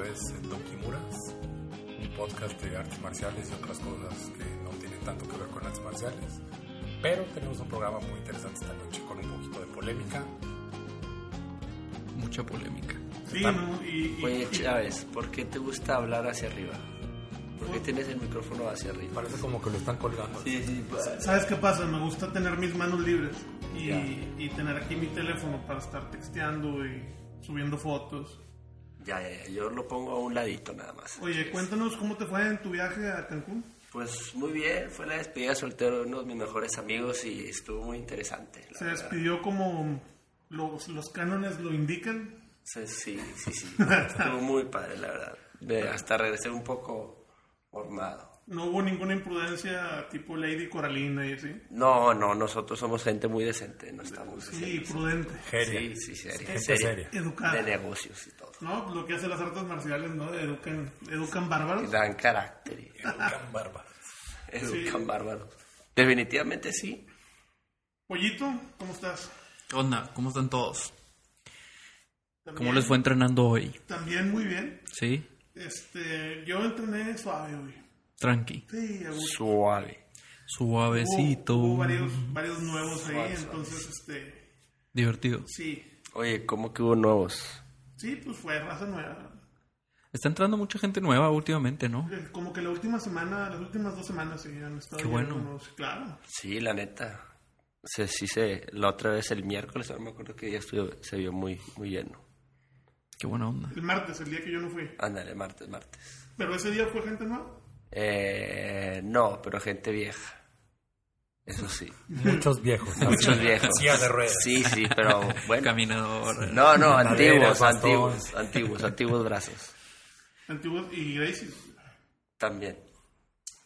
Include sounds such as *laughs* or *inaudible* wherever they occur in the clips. vez en Dokimuras, un podcast de artes marciales y otras cosas que no tienen tanto que ver con artes marciales. Pero tenemos un programa muy interesante esta noche con un poquito de polémica. Mucha polémica. Sí, ¿no? Y, y- Oye, y- Chávez, ¿por qué te gusta hablar hacia arriba? ¿Por qué tienes el micrófono hacia arriba? Parece como que lo están colgando. Sí, sí, pues. ¿Sabes qué pasa? Me gusta tener mis manos libres y, Ya. y tener aquí mi teléfono para estar texteando y subiendo fotos. ya, ya, ya, yo lo pongo a un ladito nada más. Oye, cuéntanos cómo te fue en tu viaje a Cancún. Pues muy bien, fue la despedida de soltero de uno de mis mejores amigos y estuvo muy interesante. la Se verdad. despidió como los, los cánones lo indican. Sí, sí, *laughs* sí, sí. estuvo muy padre, la verdad. De- hasta regresé un poco formado. No hubo ninguna imprudencia tipo Lady Coralina y así. No, no, nosotros somos gente muy decente, no estamos... Sí, haciendo- prudente. Geria. Sí, sí, seria, Gente seria. seria. Educada. De negocios y todo. No, lo que hacen las artes marciales, ¿no? Educan, educan bárbaros. Y Dan carácter. y- Educan bárbaro. Educan bárbaro. Definitivamente sí. Pollito, ¿cómo estás? ¿Qué onda? ¿Cómo están todos? ¿Cómo También- les fue entrenando hoy? También muy bien. ¿Sí? Este, yo entrené suave hoy. Tranqui. Sí, a gusto. Suave. Suavecito. Hubo, hubo varios, varios nuevos ahí, Suave, suave. entonces, este, Divertido. sí. Oye, ¿cómo que hubo nuevos? Sí, pues fue raza nueva. Está entrando mucha gente nueva últimamente, ¿no? Eh, Como que la última semana, las últimas dos semanas sí han estado. Qué llegando bueno. nuevos, Claro. Sí, la neta. Se, sí, se, la otra vez el miércoles, no me acuerdo que día estuvo, se vio muy, muy lleno. Qué buena onda. El martes, el día que yo no fui. Ándale, martes, martes. Pero ese día fue gente nueva. Eh, no, pero gente vieja. *laughs* Eso sí. Muchos viejos. Muchos viejos. Silla de ruedas. Sí, sí, *laughs* pero bueno. Caminador. No, no, Maderas, antiguos, bastón. antiguos, antiguos, antiguos brazos. Antiguos y Gracie. También.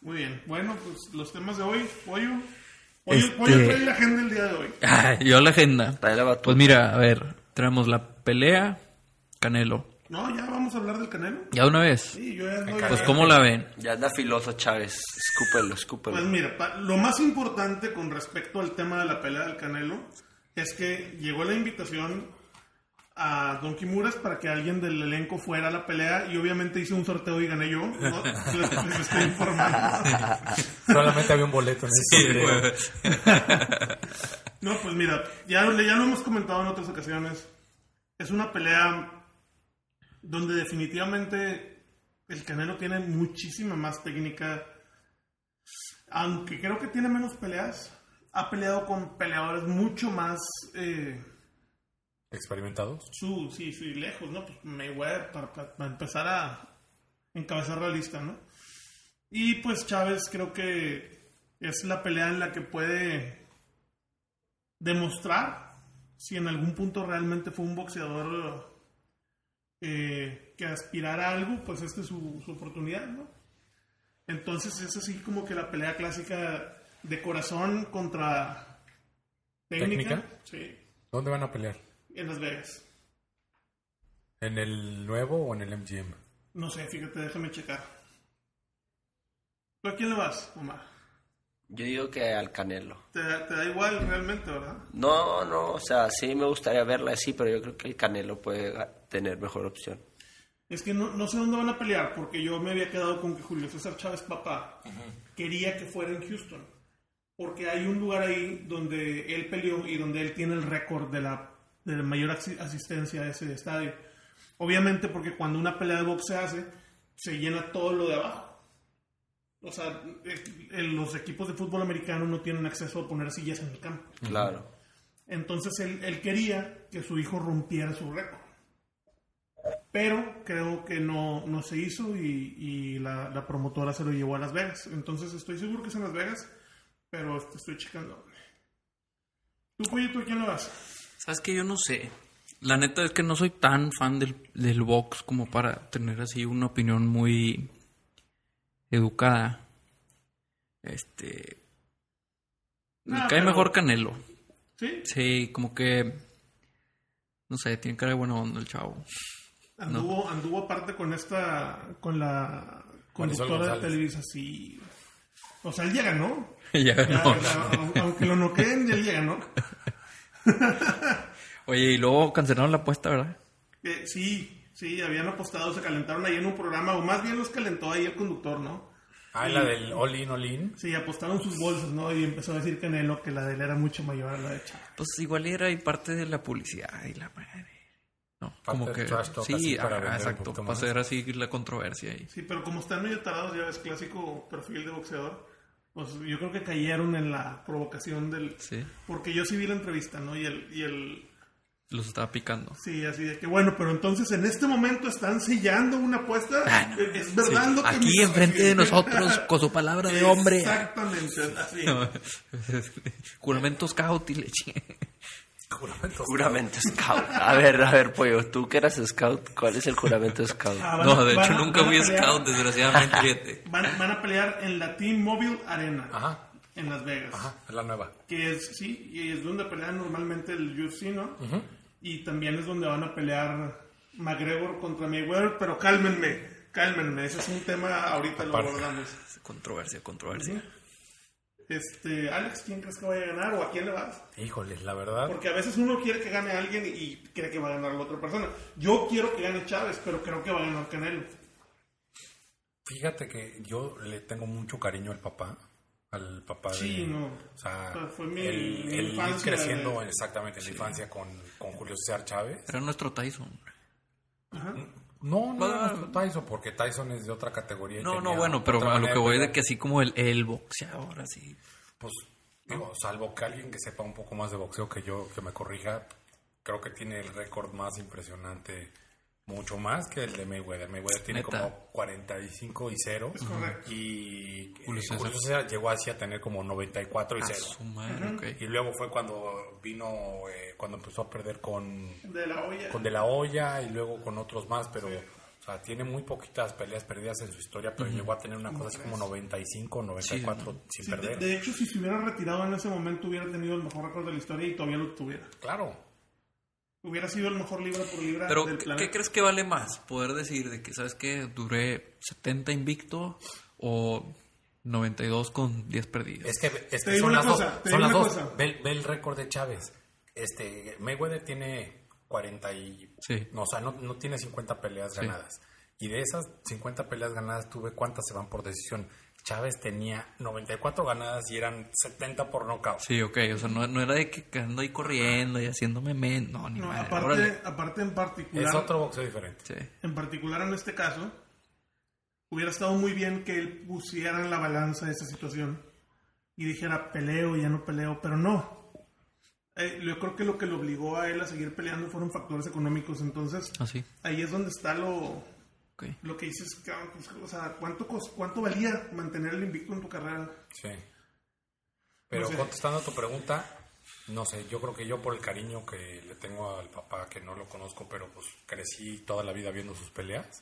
Muy bien. Bueno, pues los temas de hoy. Pollo. Pollo, Este- pollo trae la agenda el día de hoy. Yo la agenda. Trae la batuta. Pues mira, a ver, traemos la pelea, Canelo. No, ya vamos a hablar del canelo. Ya de una vez. Sí, yo ya ando- Pues cómo la ven. Ya anda filoso Chávez. Escúpelo, escúpelo. Pues mira, pa- lo más importante con respecto al tema de la pelea del Canelo es que llegó la invitación a Don Kimuras para que alguien del elenco fuera a la pelea y obviamente hice un sorteo y gané yo. ¿no? Les, les estoy informando. Solamente había un boleto en ese sorteo. No, pues mira, ya, lo- ya lo hemos comentado en otras ocasiones. Es una pelea donde definitivamente el Canelo tiene muchísima más técnica. Aunque creo que tiene menos peleas, ha peleado con peleadores mucho más. eh, *laughs* ¿Experimentados? su, sí, sí, lejos, ¿no? Pues Mayweather para, para- para empezar a encabezar la lista, ¿no? Y pues Chávez creo que es la pelea en la que puede demostrar si en algún punto realmente fue un boxeador eh, que aspirara a algo, pues esta es su, su oportunidad, ¿no? Entonces es así como que la pelea clásica de corazón contra técnica, ¿Técnica? sí, ¿Dónde van a pelear? en Las Vegas. ¿En el nuevo o en el MGM? No sé, fíjate, déjame checar. ¿Tú a quién le vas, Omar? Yo digo que al Canelo. Te, da- te da igual realmente, ¿verdad? No, no, o sea, sí me gustaría verla así, pero yo creo que el Canelo puede ga- tener mejor opción. Es que no, no sé dónde van a pelear, porque yo me había quedado con que Julio César Chávez papá quería que fuera en Houston. Porque hay un lugar ahí donde él peleó y donde él tiene el récord de la, de la mayor axi- asistencia a ese estadio. Obviamente porque cuando una pelea de box se hace, se llena todo lo de abajo. O sea, eh, eh, los equipos de fútbol americano no tienen acceso a poner sillas en el campo. Claro. Entonces él, él quería que su hijo rompiera su récord. Pero creo que no, no se hizo y, y la, la promotora se lo llevó a Las Vegas. Entonces estoy seguro que es en Las Vegas, pero est- estoy checando. ¿Tú, Pollo, tú a quién le vas? Sabes que yo no sé. La neta es que no soy tan fan del, del box como para tener así una opinión muy educada. Este. Me Ah, cae pero- mejor Canelo. ¿Sí? Sí, como que. No sé, tiene cara de buena onda el chavo. *laughs* Anduvo, anduvo aparte con esta, con la Marisol conductora de González. Televisa, sí. O sea, él ya ganó. ya, Ya, no. ya, aunque lo noqueen, él ya ganó. Oye, y luego cancelaron la apuesta, ¿verdad? Eh, sí, Sí, habían apostado, se calentaron ahí en un programa, o más bien los calentó ahí el conductor, ¿no? Ah, la del All In, All In. Sí, apostaron sus bolsas, ¿no? Y empezó a decir Canelo que la de él era mucho mayor a la de Chávez. Pues igual era y parte de la publicidad y la madre. No, como del que trash talk así sí, para ajá, vender un exacto, poquito para más. hacer así la controversia ahí. Sí, pero como están medio tarados, ya ves, clásico perfil de boxeador, pues yo creo que cayeron en la provocación del... Sí, Porque yo sí vi la entrevista, ¿no? Y el, y el los estaba picando. Sí, así de que bueno, pero entonces en este momento están sellando una apuesta. Ah, no. Es verdad Sí. lo que Aquí me- enfrente de *laughs* nosotros, con su palabra de hombre. Exactamente, así. Juramentos caut y leche. Juramentos. Juramento scout. A ver, a ver, pollo, tú que eras scout, ¿cuál es el juramento scout? Ah, van a- No, de van hecho a- nunca van a fui pelear- scout, *laughs* desgraciadamente. fíjate. Van, van a pelear en la Team Mobile Arena Ajá, en Las Vegas, ajá, es la nueva. que es sí y es donde pelean normalmente el UFC, ¿no? Y también es donde van a pelear McGregor contra Mayweather, pero cálmenme, cálmenme, ese es un tema ahorita lo Aparte. abordamos. Controversia, controversia. Este, Alex, ¿quién crees que vaya a ganar o a quién le vas? Híjole, la Ah. verdad. Porque a veces uno quiere que gane a alguien y cree que va a ganar la otra persona. Yo quiero que gane Chávez, pero creo que va a ganar Canelo. Fíjate que yo le tengo mucho cariño al papá. Al papá Sí, de. no. O sea, O sea, fue mi- el, mi el ir infancia creciendo de- exactamente en la infancia con, con Julio César Chávez. Era nuestro Tyson. Ajá. No, no, Bueno, era nuestro Tyson, porque Tyson es de otra categoría. y No, no, tenía bueno, pero otra a lo manera que voy de pelear. que así como el, el boxeador, así. Pues, digo, salvo que alguien que sepa un poco más de boxeo que yo, que me corrija, creo que tiene el récord más impresionante, mucho más que el de Mayweather. Mayweather tiene Neta. como 45 y 0. Es correcto. Y eh, Julio Julio César. César llegó así a tener como 94 y A 0. su madre, ok. Y luego fue cuando vino, eh, cuando empezó a perder con, De la olla. con De La Hoya y luego con otros más, pero o sea, tiene muy poquitas peleas perdidas en su historia, pero llegó a tener una cosa así como 95, 94 sin Sí, de, perder. de hecho, si se hubiera retirado en ese momento, hubiera tenido el mejor récord de la historia y todavía lo tuviera. Claro. Hubiera sido el mejor libra por libra Pero, del ¿qué- planeta. ¿qué crees que vale más? Poder decir de que, ¿sabes qué? Duré 70 invicto o 92 con 10 perdidas. Es que, es Te que digo son una las dos. cosa, te son digo las una dos. cosa. Ve, el- ve el récord de Chávez. Este, Mayweather tiene 40 y... Sí. No, o sea, no, no tiene 50 peleas Sí. ganadas. Y de esas 50 peleas ganadas, tuve cuántas se van por decisión. Chávez tenía 94 ganadas y eran 70 por nocaut. Sí, ok, o sea, no, no era de que que ando ahí corriendo y haciéndome men, no, ni No, madre. órale. aparte, aparte, en particular. Es otro boxeo diferente. Sí. En particular, en este caso, hubiera estado muy bien que él pusiera en la balanza esa situación y dijera peleo, ya no peleo, pero no. Eh, yo creo que lo que lo obligó a él a seguir peleando fueron factores económicos, entonces Así, ahí es donde está lo, Ah, ok. lo que dices, cabrón, pues, o sea, ¿cuánto, cos- ¿cuánto valía mantener el invicto en tu carrera? Sí. Pero No sé. contestando a tu pregunta, no sé, yo creo que yo por el cariño que le tengo al papá, que no lo conozco, pero pues crecí toda la vida viendo sus peleas,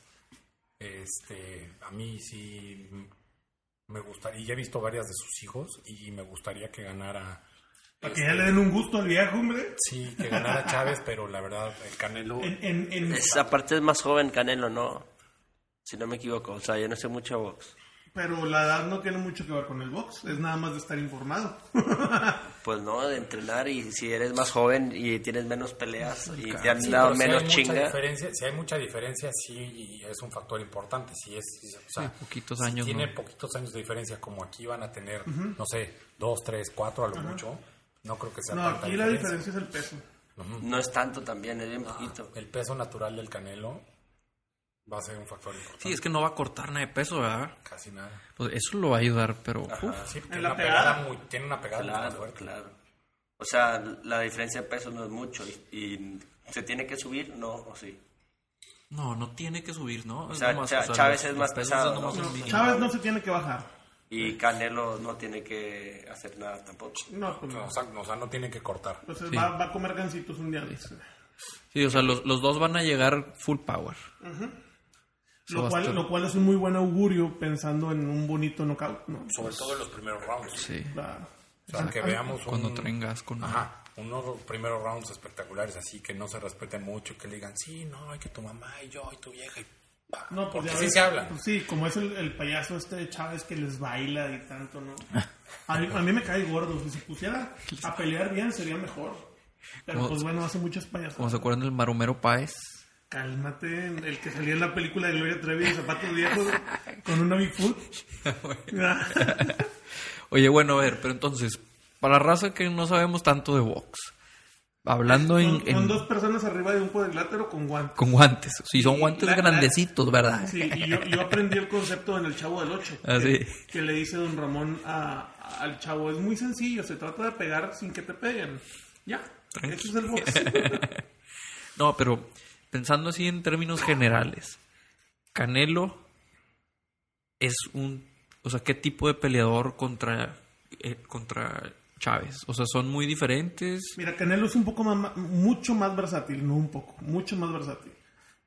este, a mí sí me gustaría, y ya he visto varias de sus hijos, y me gustaría que ganara, Para que ya le den un gusto al viejo, hombre. sí, que ganara Chávez, pero la verdad, el Canelo, En, en, en- Esa parte es más joven Canelo, ¿no? Si no me equivoco, o sea, yo no sé mucho de box. pero la edad no tiene mucho que ver con el box, es nada más de estar informado. Pues no, de entrenar y si eres más joven y tienes menos peleas y te han Sí, dado pero si hay menos mucha chinga. diferencia- si hay mucha diferencia, sí, y es un factor importante. Si es, si- o sea, Sí, poquitos si años, tiene ¿no? poquitos años de diferencia, como aquí van a tener, no sé, dos, tres, cuatro a lo mucho, no creo que sea No, tanta aquí la diferencia es el peso. No es tanto también, es bien Ah, poquito. El peso natural del canelo va a ser un factor importante. Sí, es que no va a cortar nada de peso, ¿verdad? Casi nada. Pues eso lo va a ayudar, pero... uf, Sí, porque En la una pegada pegada. muy- tiene una pegada muy Claro, fuerte. claro. O sea, la diferencia de peso no es mucho y, y se tiene que subir, no, o sí. no, no tiene que subir, ¿no? Es sea, nomás, Cha- Chávez los- es los más pesos pesado, nomás ¿no? un mínimo. Chávez no se tiene que bajar. Y Canelo no tiene que hacer nada tampoco. No, pues no. O sea, o sea, no tiene que cortar. Entonces Sí. va, va a comer gancitos un día. antes. Sí, o sea, los, los dos van a llegar full power. Eso va Lo a cual, estar- lo cual es un muy buen augurio pensando en un bonito knockout. ¿no? Sobre todo en los primeros rounds. Sí, La- O sea, que veamos cuando un- traen gas con... Ajá, unos primeros rounds espectaculares así que no se respeten mucho, que le digan, sí, no, y que tu mamá y yo y tu vieja y pa. No, pues porque ya así ves, se habla. pues sí, como es el, el payaso este de Chávez que les baila y tanto, ¿no? A mí, a mí me cae gordo. Si se pusiera a pelear bien sería mejor. Pero Como- pues bueno, hace muchos Como payasos. se acuerdan del Maromero Páez, Cálmate, el que salía en la película de Gloria Trevi de zapatos viejos con una Bigfoot. *laughs* Oye, bueno, a ver, pero entonces, para raza que no sabemos tanto de box, hablando en, Son, en- son dos personas arriba de un cuadrilátero con guantes. con guantes, si son guantes La- la- grandecitos, ¿verdad? Sí, y yo, yo aprendí el concepto en El Chavo del Ocho. Ah, que, *laughs* sí. que le dice don Ramón a- a- al Chavo, es muy sencillo, se trata de pegar sin que te peguen. Ya, ese es el box. No, pero pensando así en términos generales, Canelo es un, o sea, ¿qué tipo de peleador contra eh, contra Chávez? O sea, son muy diferentes. Mira, Canelo es un poco más, mucho más versátil, no un poco, mucho más versátil.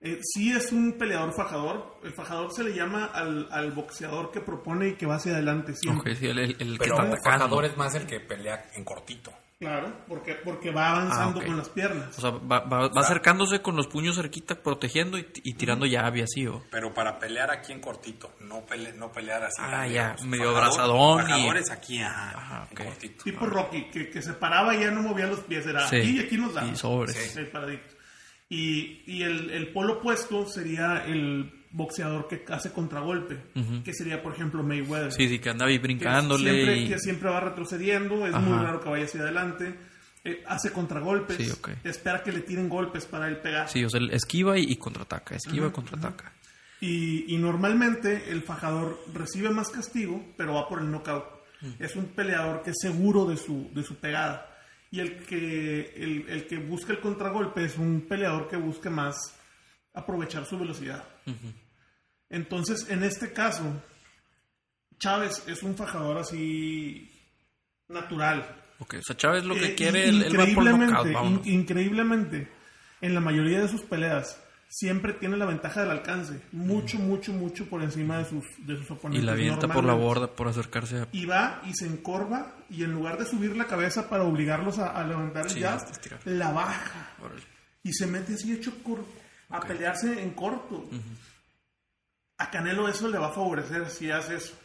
Eh, sí es un peleador fajador. El fajador se le llama al, al boxeador que propone y que va hacia adelante siempre. Ok, sí, el, el- el que Pero está el fajador atacando. es más el que pelea en cortito. Claro, porque, porque va avanzando Ah, ok. con las piernas. O sea, va, va- va acercándose con los puños cerquita, protegiendo y, y tirando llave así, o... Pero para pelear aquí en cortito, no, pele- no pelear así. Ah, tan ya, lejos. medio Fajador- abrazadón y- fajadores aquí, ajá, Ajá, ok. en cortito. Tipo Rocky, que, que se paraba y ya no movía los pies, era Sí, aquí y aquí nos da. y sobres. El paradito. Y, y el, el polo opuesto sería el boxeador que hace contragolpe, que sería, por ejemplo, Mayweather. Sí, sí, que andaba ahí que brincándole siempre, y... que siempre va retrocediendo, es Ajá. muy raro que vaya hacia adelante, eh, hace contragolpes, Sí, ok. espera que le tiren golpes para él pegar. Sí, o sea, él esquiva y, y contraataca, esquiva y contraataca. Y, y normalmente el fajador recibe más castigo, pero va por el knockout. Es un peleador que es seguro de su, de su pegada. Y el que, el, el que busca el contragolpe es un peleador que busca más aprovechar su velocidad. Entonces, en este caso, Chávez es un fajador así natural. Ok, o sea, Chávez lo que Eh, quiere, in- él, él va por knockout, in- vámonos. increíblemente, en la mayoría de sus peleas, siempre tiene la ventaja del alcance. Mucho, mucho, mucho por encima de sus, de sus Mm. Y oponentes. la avienta por la normalmente. borda por acercarse a... Y va y se encorva y en lugar de subir la cabeza para obligarlos a, a levantar el Sí, jab, hasta estirar. la baja Órale. y se mete así hecho cor- a pelearse en corto. A Canelo eso le va a favorecer si hace eso.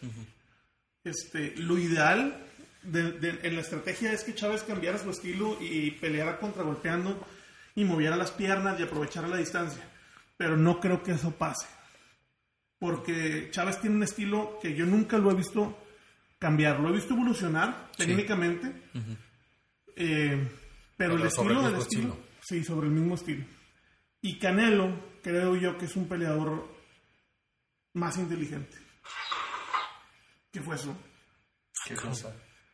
Este, lo ideal de- de- en la estrategia es que Chávez cambiara su estilo y peleara contragolpeando y moviera las piernas y aprovechara la distancia. Pero no creo que eso pase. Porque Chávez tiene un estilo que yo nunca lo he visto cambiar. Lo he visto evolucionar Sí. técnicamente. Eh, Pero pero, el sobre el estilo del mismo estilo. estilo. Sí, sobre el mismo estilo. Y Canelo, creo yo que es un peleador más inteligente. ¿Qué fue eso?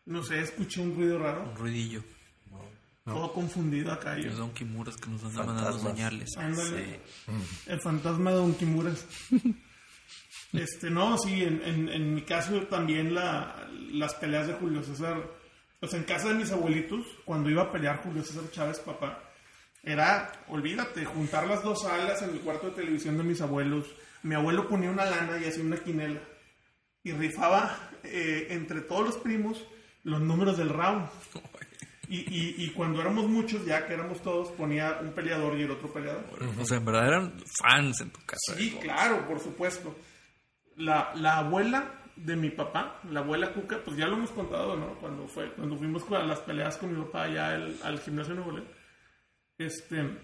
No sé, escuché un ruido raro. Un ruidillo. Todo confundido acá. yo. Los Don Kimuras que nos andan Fantasmas. mandando señales. Ándale. El fantasma de Don Kimuras. *laughs* Este, no, sí, en, en- en mi caso también la, las peleas de Julio César. Pues en casa de mis abuelitos, cuando iba a pelear Julio César Chávez, papá, era, olvídate, juntar las dos salas en el cuarto de televisión de mis abuelos. Mi abuelo ponía una lana y hacía una quinela. Y rifaba eh, entre todos los primos los números del round. Y, y- y cuando éramos muchos, ya que éramos todos, ponía un peleador y el otro peleador. O sea, en verdad eran fans en tu casa. Sí, claro, por supuesto. La, la abuela de mi papá, la abuela Cuca, pues ya lo hemos contado, ¿no? Cuando, fue, cuando fuimos a las peleas con mi papá allá al, al gimnasio de Nuevo León. Este.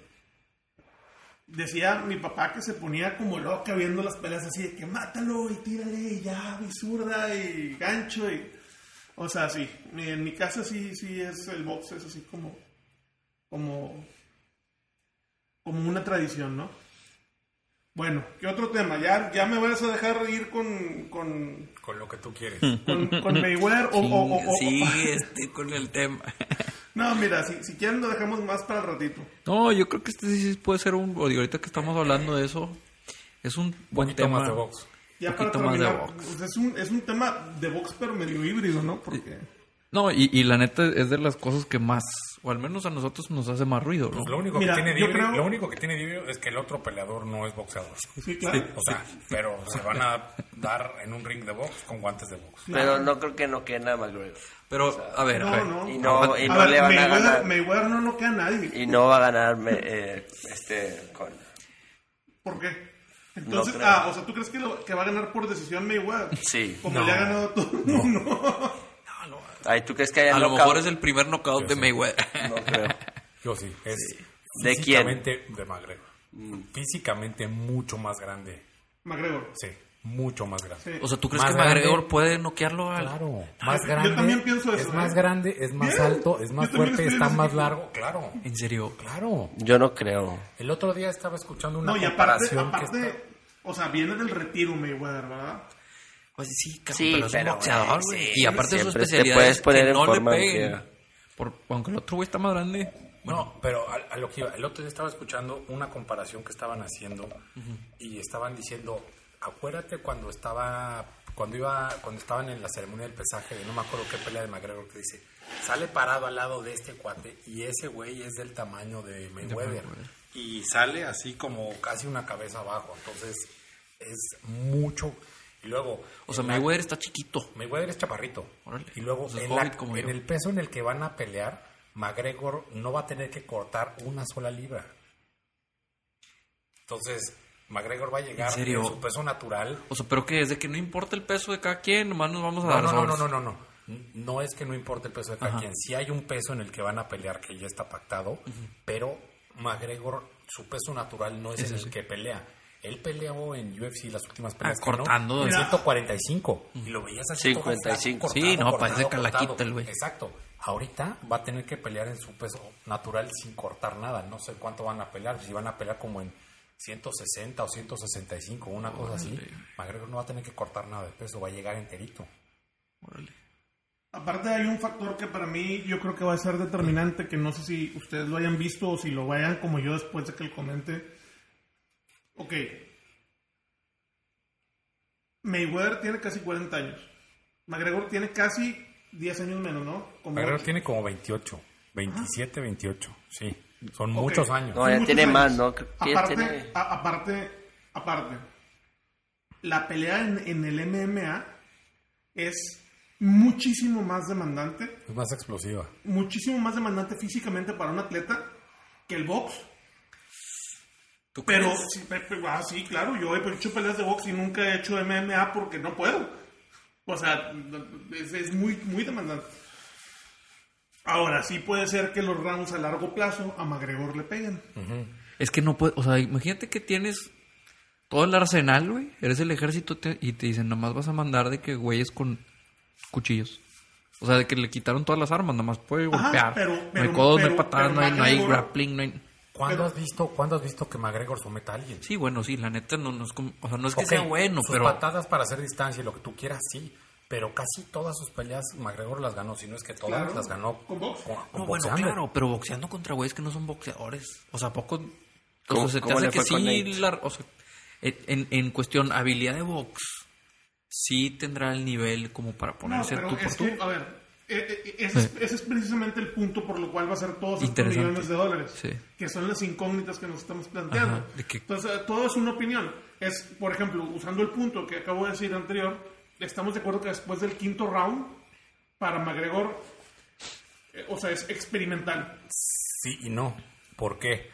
Decía mi papá que se ponía como loca viendo las peleas así de que mátalo y tírale y ya, y zurda y gancho y. O sea, sí. En mi casa sí, sí es el box, es así como. como. como una tradición, ¿no? Bueno, ¿qué otro tema? Ya, ya me vas a dejar ir con, con, Con lo que tú quieres. con, con Mayweather o... o- o- o- Sigue *laughs* este con el tema. *laughs* No, mira, si, si quieren lo dejamos más para el ratito. No, yo creo que este sí puede ser un... digo, ahorita que estamos hablando de eso, es un buen Poquito tema. más de box. Ya para Poquito más de terminar, box. pues, es, un, es un tema de box pero medio híbrido, ¿no? Porque... No, y, y la neta es de las cosas que más, o al menos a nosotros nos hace más ruido, ¿no? Pues Lo único, Mira, que tiene yo Divio, creo- lo único que tiene Divio es que el otro peleador no es boxeador. pues Sí, claro. O sea, pero se van a dar en un ring de box con guantes de box. Pero no creo que no quede nada más luego. Pero, a ver, a No, ver. no. Y no, y A no ver, le van a Mayweather, ganar. Mayweather no noquea a nadie. Y no va a ganar me- eh, este con. ¿Por qué? Entonces, creo. ah, o sea, ¿tú crees que, lo- que va a ganar por decisión Mayweather? Sí. Como le ha ganado todo el mundo. *laughs* Ay, ¿tú crees que haya A lo knockout? mejor es el primer knockout de Mayweather. *laughs* No creo. Yo sí, es ¿De quién? físicamente de Magre. físicamente mucho más grande. McGregor. Sí, mucho más grande. Sí. O sea, ¿tú crees Más que grande. McGregor puede noquearlo al...? Claro, más yo grande. también pienso eso, Es más ¿eh? grande, es más Bien. alto, es más Yo también fuerte, estoy en está ese más equipo. largo. Claro, En serio. claro. Yo no creo. El otro día estaba escuchando una No, y aparte, comparación que aparte está- o sea, viene del retiro Mayweather, ¿verdad? Pues sí, cabrón, Sí, pero es un pero, boxeador, güey, güey. sí. y aparte su Siempre te especialidad puedes es poner que en no le forma de peguen. que- Por, aunque el otro güey está más grande. No, pero a, a lo que iba, el otro día estaba escuchando una comparación que estaban haciendo y estaban diciendo, acuérdate cuando estaba, cuando iba, cuando estaban en la ceremonia del pesaje, de no me acuerdo qué pelea de McGregor que dice, sale parado al lado de este cuate y ese güey es del tamaño de Mayweather Mayweather. y sale así como casi una cabeza abajo, entonces es mucho y luego, O sea, en la- Mayweather está chiquito. Mayweather es chaparrito. Órale. Y luego, O sea, es en, la- hobbit como en yo. el peso en el que van a pelear, McGregor no va a tener que cortar una sola libra. Entonces, McGregor va a llegar ¿En serio? en su peso natural. O sea, pero que desde que no importa el peso de cada quien, nomás nos vamos a No, dar no, no, no, sobres. no, no, no. No es que no importe el peso de cada Ajá. quien. Sí hay un peso en el que van a pelear que ya está pactado, pero McGregor, su peso natural no es en el que pelea. Él peleó en UFC las últimas peleas. que ganó, cortando, en ¿no? 145. Y lo veías así. todo 55. flaco, Sí, cortado, no, parece cortado, calaquita cortado. el güey. Exacto. Ahorita va a tener que pelear en su peso natural sin cortar nada. No sé cuánto van a pelear. Si van a pelear como en 160 o 165, una cosa así. McGregor no va a tener que cortar nada de peso. Va a llegar enterito. Órale. Aparte hay un factor que para mí yo creo que va a ser determinante, que no sé si ustedes lo hayan visto o si lo vayan como yo después de que lo comente. Ok. Mayweather tiene casi 40 años. McGregor tiene casi 10 años menos, ¿no? Como- Guerrero tiene como 28, 27, 28, sí. Son Ok. muchos años. No, Son ya muchos tiene años. más, ¿no? Creo que ya aparte, tiene- a- aparte, aparte, la pelea en, en el MMA es muchísimo más demandante Es más explosiva. muchísimo más demandante físicamente para un atleta que el box. ¿Tú Pero, crees? sí, pe- pe- ah, sí, claro, yo he hecho peleas de box y nunca he hecho MMA porque no puedo. O sea, es, es muy, muy demandante. Ahora, sí puede ser que los rounds a largo plazo a McGregor le peguen. Es que no puede... O sea, imagínate que tienes todo el arsenal, güey. Eres el ejército te- y te dicen, nomás vas a mandar de que güeyes con cuchillos. O sea, de que le quitaron todas las armas, nomás puede Ajá, golpear. pero- no hay pero- codos, no pero- hay patadas, pero no, hay, no hay McGregor- grappling, no hay... ¿Cuándo Pero- has visto, ¿cuándo has visto que McGregor someta a alguien? Sí, bueno, sí, la neta no, no es como... O sea, no es que Ok, sea bueno, sus pero... patadas para hacer distancia y lo que tú quieras, sí. Pero casi todas sus peleas McGregor las ganó, si no es que todas Claro. las ganó Con box. No, bueno, boxeando. claro, pero boxeando contra güeyes que no son boxeadores. O sea, ¿a poco... ¿Cómo- o sea, se te cómo hace le que fue con sí... Nate? la- o sea, en, en- en cuestión habilidad de box, sí tendrá el nivel como para ponerse No, pero tú por es tú. que, a ver, eh, eh, ese, es, Sí. ese es precisamente el punto por lo cual va a ser todos estos Interesante. millones de dólares, Sí. que son las incógnitas que nos estamos planteando. Ajá, de que- Entonces, eh, todo es una opinión. Es, por ejemplo, usando el punto que acabo de decir anterior, estamos de acuerdo que después del quinto round, para McGregor, eh, o sea, es experimental. Sí y no. ¿Por qué?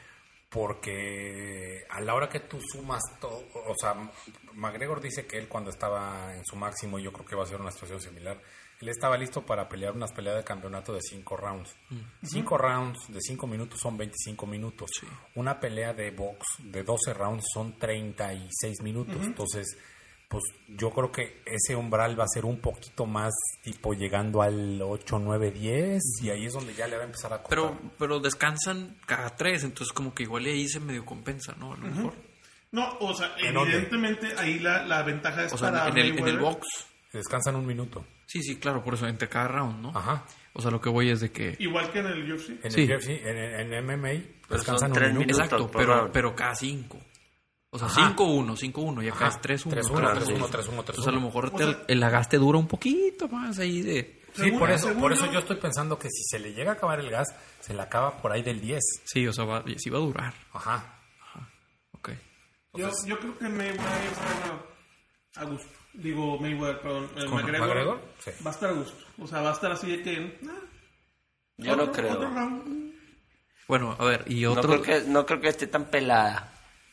Porque a la hora que tú sumas todo, o sea, McGregor dice que él cuando estaba en su máximo, y yo creo que va a ser una situación similar, él estaba listo para pelear unas peleas de campeonato de cinco rounds. Cinco rounds de cinco minutos son 25 minutos. Una pelea de box de 12 rounds son 36 minutos. Entonces, pues yo creo que ese umbral va a ser un poquito más tipo llegando al 8, 9, 10 y ahí es donde ya le va a empezar a costar. Pero, pero descansan cada tres, entonces como que igual y ahí se medio compensa, ¿no? A lo mejor. No, o sea, ¿En dónde? evidentemente ahí la, la ventaja es O sea, para en el, en el Mayweather. box. Descansan un minuto. Sí, sí, claro, por eso, entre cada round, ¿no? Ajá. O sea, lo que voy es de que... Igual que en el UFC. En Sí. el UFC, en, en- en MMA, Pero descansan son un tres minuto. minutos. Exacto, por pero, round. pero cada cinco. O sea, Ajá. 5-1, 5-1, y acá Ajá. es 3-1. 3-1, creo que 3-1, sí. 3-1, Entonces a lo mejor O te- sea- el agaste dura un poquito más ahí de... Sí, por eso, Según- por según eso yo- yo estoy pensando que si se le llega a acabar el gas, se le acaba por ahí del 10. Sí, o sea, va, sí va a durar. Ajá. Ok. Yo, yo creo que Mayweather está a gusto. Digo, Mayweather, perdón. eh, ¿Con McGregor, McGregor? Sí. Va a estar a gusto. O sea, va a estar así de que. ah, Yo otro- no creo. otro round. Bueno, a ver, y No otro... creo, que, no creo que esté tan pelada.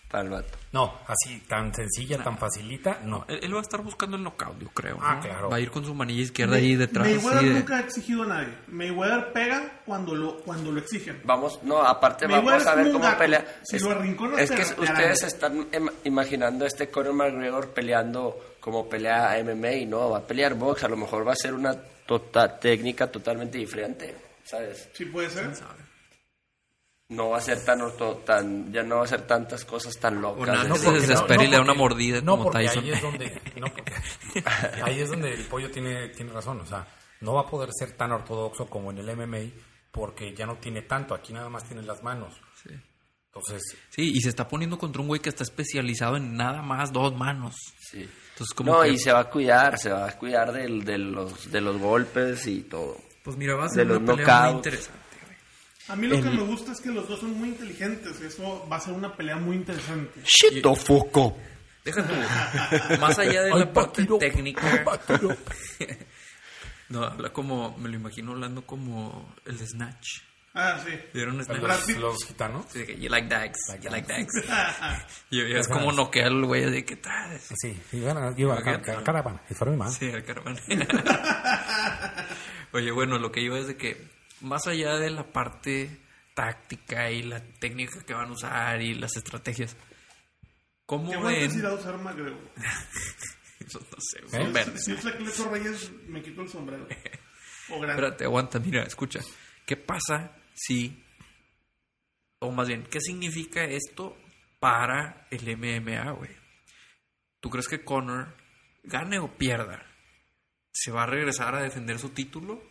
para el vato. No, así tan sencilla, tan facilita, no. Él, él va a estar buscando el knockout, yo creo. Ah, ¿no? claro. Va a ir con su manilla izquierda ahí detrás. así Mayweather de- nunca ha exigido a nadie. Mayweather pega cuando lo, cuando lo exigen. Vamos, no, aparte Mayweather vamos es a ver como un cómo gato. pelea. Si es lo arrinconas, es te que araña. ustedes están em- imaginando a este Conor McGregor peleando como pelea MMA y no, va a pelear box, a lo mejor va a ser una tota- técnica totalmente diferente, ¿sabes? Sí puede ser. No va a ser tan orto, tan, ya no va a ser tantas cosas tan locas. nada, de- no, No, se porque- desespera y le da una porque- mordida no, como porque Tyson. Ahí es, donde, no, *laughs* porque ahí es donde el pollo tiene, tiene razón. O sea, no va a poder ser tan ortodoxo como en el MMA porque ya no tiene tanto. Aquí nada más tiene las manos. Sí. Entonces, Sí, y se está poniendo contra un güey que está especializado en nada más dos manos. Sí. Entonces, como no, pues, que- y se va a cuidar, se va a cuidar del, de, los, de los golpes y todo. Pues mira, va a De ser una los pelea muy knockouts. interesante. güey. A mí lo que me gusta es que los dos son muy inteligentes. Eso va a ser una pelea muy interesante. Shit, the fuck up. Deja tú, más allá de Ay, la parte Paquiro, técnica. ay, Paquiro. *laughs* No, habla como, me lo imagino hablando como el de Snatch. Ah, sí. ¿Vieron Snatch? los, los gitanos. Sí, de que, you like dags, Like you dags. like dags. *laughs* y y es como Ajá. noquear al güey de que tal. Sí, y ganan, y van, Imagínate. cara- caravana, y fueron más. Sí, al Carmen. *laughs* Oye, bueno, lo que iba es de que más allá de la parte táctica y la técnica que van a usar y las estrategias, ¿cómo ¿Qué guantes ven? irá a usar McGregor? Eso *laughs* no sé, ¿Eh? son verdes. Si usa Cleto Reyes, me quito *laughs* el sombrero. O grande. Espérate, aguanta, mira, escucha. ¿Qué pasa si, o más bien, qué significa esto para el MMA, güey? ¿Tú crees que Conor gane o pierda? ¿Se va a regresar a defender su título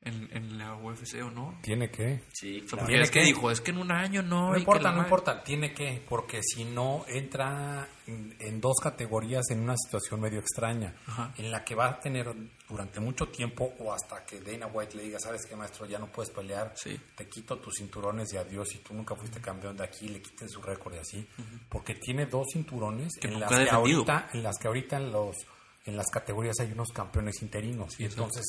en, en la UFC o no? Tiene que. Sí, O sea, claro. porque es que que- dijo, es que en un año No, no. y que la importa, no madre- importa, tiene que, porque si no entra en, en dos categorías en una situación medio extraña, Ajá. en la que va a tener durante mucho tiempo o hasta que Dana White le diga, sabes qué maestro, ya no puedes pelear, Sí. te quito tus cinturones y adiós, y tú nunca fuiste campeón de aquí, le quiten su récord y así, porque tiene dos cinturones Que en nunca las ha que defendido. ahorita, en las que ahorita en los, en las categorías hay unos campeones interinos, y entonces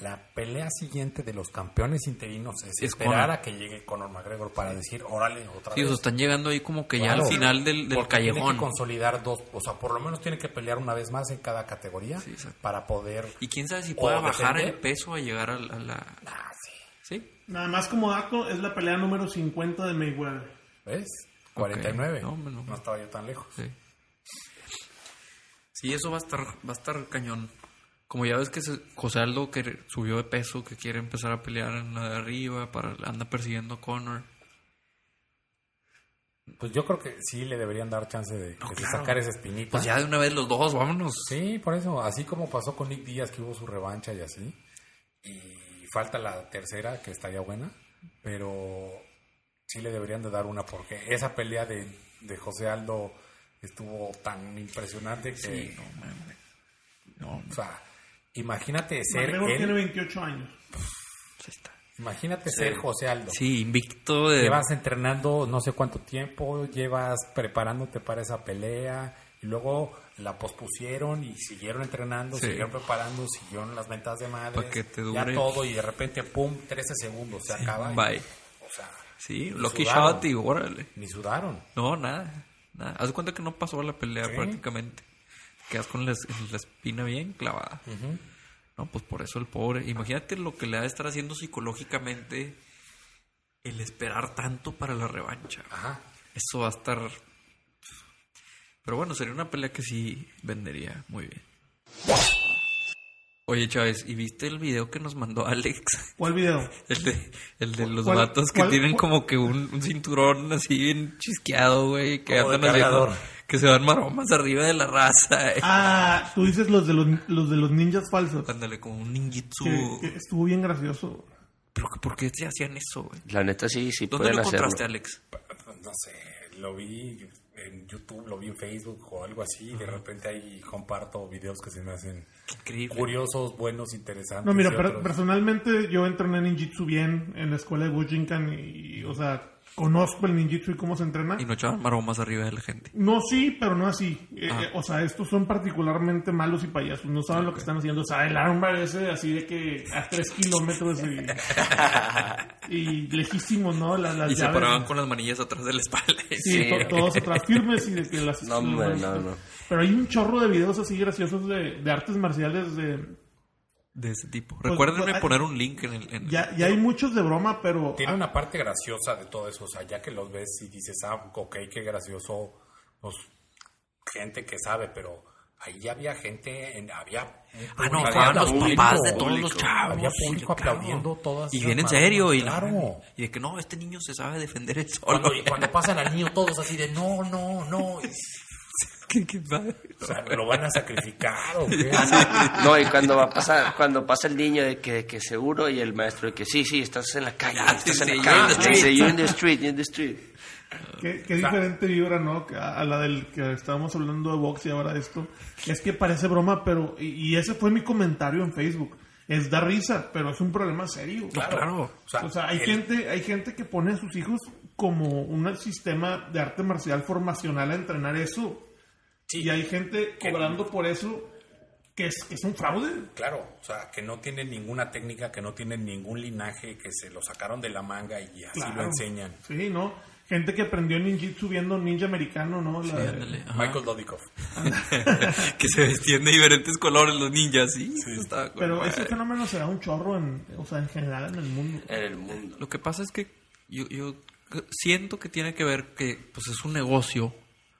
la pelea siguiente de los campeones interinos es, Es esperar Conor. a que llegue Conor McGregor para decir, órale, otra Sí, o vez. sea, están llegando ahí como que ya Claro. al final del, del Porque Tiene callejón. que consolidar dos, o sea, por lo menos tiene que pelear una vez más en cada categoría Sí, exacto. para poder. Y quién sabe si o pueda bajar el defender. peso a llegar a la... a la- Ah, sí. ¿Sí? Nada más como dato, es la pelea número 50 de Mayweather. ¿Ves? 49. No, hombre, no. No estaba yo tan lejos. Sí. Sí, eso va a estar, va a estar cañón. Como ya ves que se- José Aldo que subió de peso, que quiere empezar a pelear en la de arriba, para, anda persiguiendo a Conor. Pues yo creo que sí le deberían dar chance de, de claro. sacar esa espinita. Pues ya de una vez los dos, vámonos. Sí, por eso. Así como pasó con Nick Díaz, que hubo su revancha y así. Y falta la tercera, que estaría buena. Pero sí le deberían de dar una, porque esa pelea de, de José Aldo estuvo tan impresionante que. Sí, no, mames. No, O sea, imagínate ser McGregor él, tiene 28 años. pues ahí está. imagínate ser José Aldo. Sí, invicto de... Llevas entrenando no sé cuánto tiempo, llevas preparándote para esa pelea y luego la pospusieron y siguieron entrenando, Sí. siguieron preparando, siguieron las ventas de madre, Pa' que te ya dure. todo y de repente pum, 13 segundos se acaba. y- Bye. o sea, Sí, ni Lucky sudaron, Shot y órale. ni sudaron. No, nada. nada. Haz de cuenta que no pasó la pelea Sí. prácticamente. Quedas con la, es- la espina bien clavada. No, pues por eso el pobre. Imagínate lo que le ha de estar haciendo psicológicamente el esperar tanto para la revancha. Ajá. Eso va a estar. Pero bueno, sería una pelea que sí vendería muy bien. Oye, Chávez, ¿y viste el video que nos mandó Alex? ¿Cuál video? El de, el de los ¿Cuál- vatos que cuál- tienen cuál? como que un, un cinturón así bien chisqueado, güey, que Como de andan haciendo, cargador. que se van maromas arriba de la raza. eh. Ah, tú dices los de los, los, de los ninjas falsos. Ándale, como un Que- ninjitsu. que estuvo bien gracioso. ¿Pero por qué se hacían eso, güey? La neta sí, sí ¿Dónde pueden lo hacerlo. encontraste, Alex? no sé, lo vi en YouTube, lo vi en Facebook o algo así, y de repente ahí comparto videos que se me hacen Qué increíble. curiosos, buenos, interesantes. No, mira, y per- otros- personalmente yo entrené ninjitsu bien en la escuela de Bujinkan y, o sea, conozco el ninjutsu y cómo se entrena. Y no echaban maromas arriba de la gente. No, sí, pero no así. Eh, Ah. eh, o sea, estos son particularmente malos y payasos. No saben lo que están haciendo. O sea, el armbar ese así de que a tres kilómetros de- *laughs* y lejísimos, ¿no? Las, las Y se llaves. paraban con las manillas atrás de la espalda. *laughs* Sí, Sí. to- todos atrás firmes y de que las... este. No, hombre, no, no. Pero hay un chorro de videos así graciosos de, de artes marciales de... De ese tipo. Recuérdenme pues, ah, poner un link en el... en- Ya, ya hay muchos de broma, pero... Tiene una parte graciosa de todo eso, o sea, ya que los ves y dices, ah, ok, qué gracioso, pues, gente que sabe, pero ahí ya había gente, en- había... Ah, no, había estaban los público, papás de todos los público. chavos. Había sí, público claro. aplaudiendo todas. Y esas bien en mamadas, serio. Y, la- Claro. y de que no, este niño se sabe defender el solo. Cuando, y cuando pasan al niño todos así de, no, no, no. y- *laughs* Qué- qué padre. o sea, lo van a sacrificar o qué. Ah, No, y cuando va a pasar, cuando pasa el niño de que, de que seguro y el maestro de que sí, sí, estás en la calle, Ah, sí, estás sí, en la you're in calle, the estás- street. sí, you're in the street, you're in the street. ah, Qué, qué diferente vibra, ¿no? Que A a la del que estábamos hablando de box y ahora esto. Es que parece broma, pero. Y, y ese fue mi comentario en Facebook. Es dar risa, pero es un problema serio. claro. O sea, O sea, hay, el- gente, hay gente que pone a sus hijos como un sistema de arte marcial formacional a entrenar eso. Sí. Y hay gente cobrando por eso que es, que es un fraude. Claro, o sea, que no tienen ninguna técnica, que no tienen ningún linaje, que se lo sacaron de la manga y así Claro. lo enseñan. Sí, ¿no? Gente que aprendió ninjitsu viendo ninja americano, ¿no? La de- Ándale, ajá. Michael Dodikoff. *laughs* que se vestían de diferentes colores los ninjas, sí. Eso estaba con Pero madre. eh. ese fenómeno se da un chorro en, o sea, en general en el mundo. En el mundo. Lo que pasa es que yo, yo siento que tiene que ver que pues es un negocio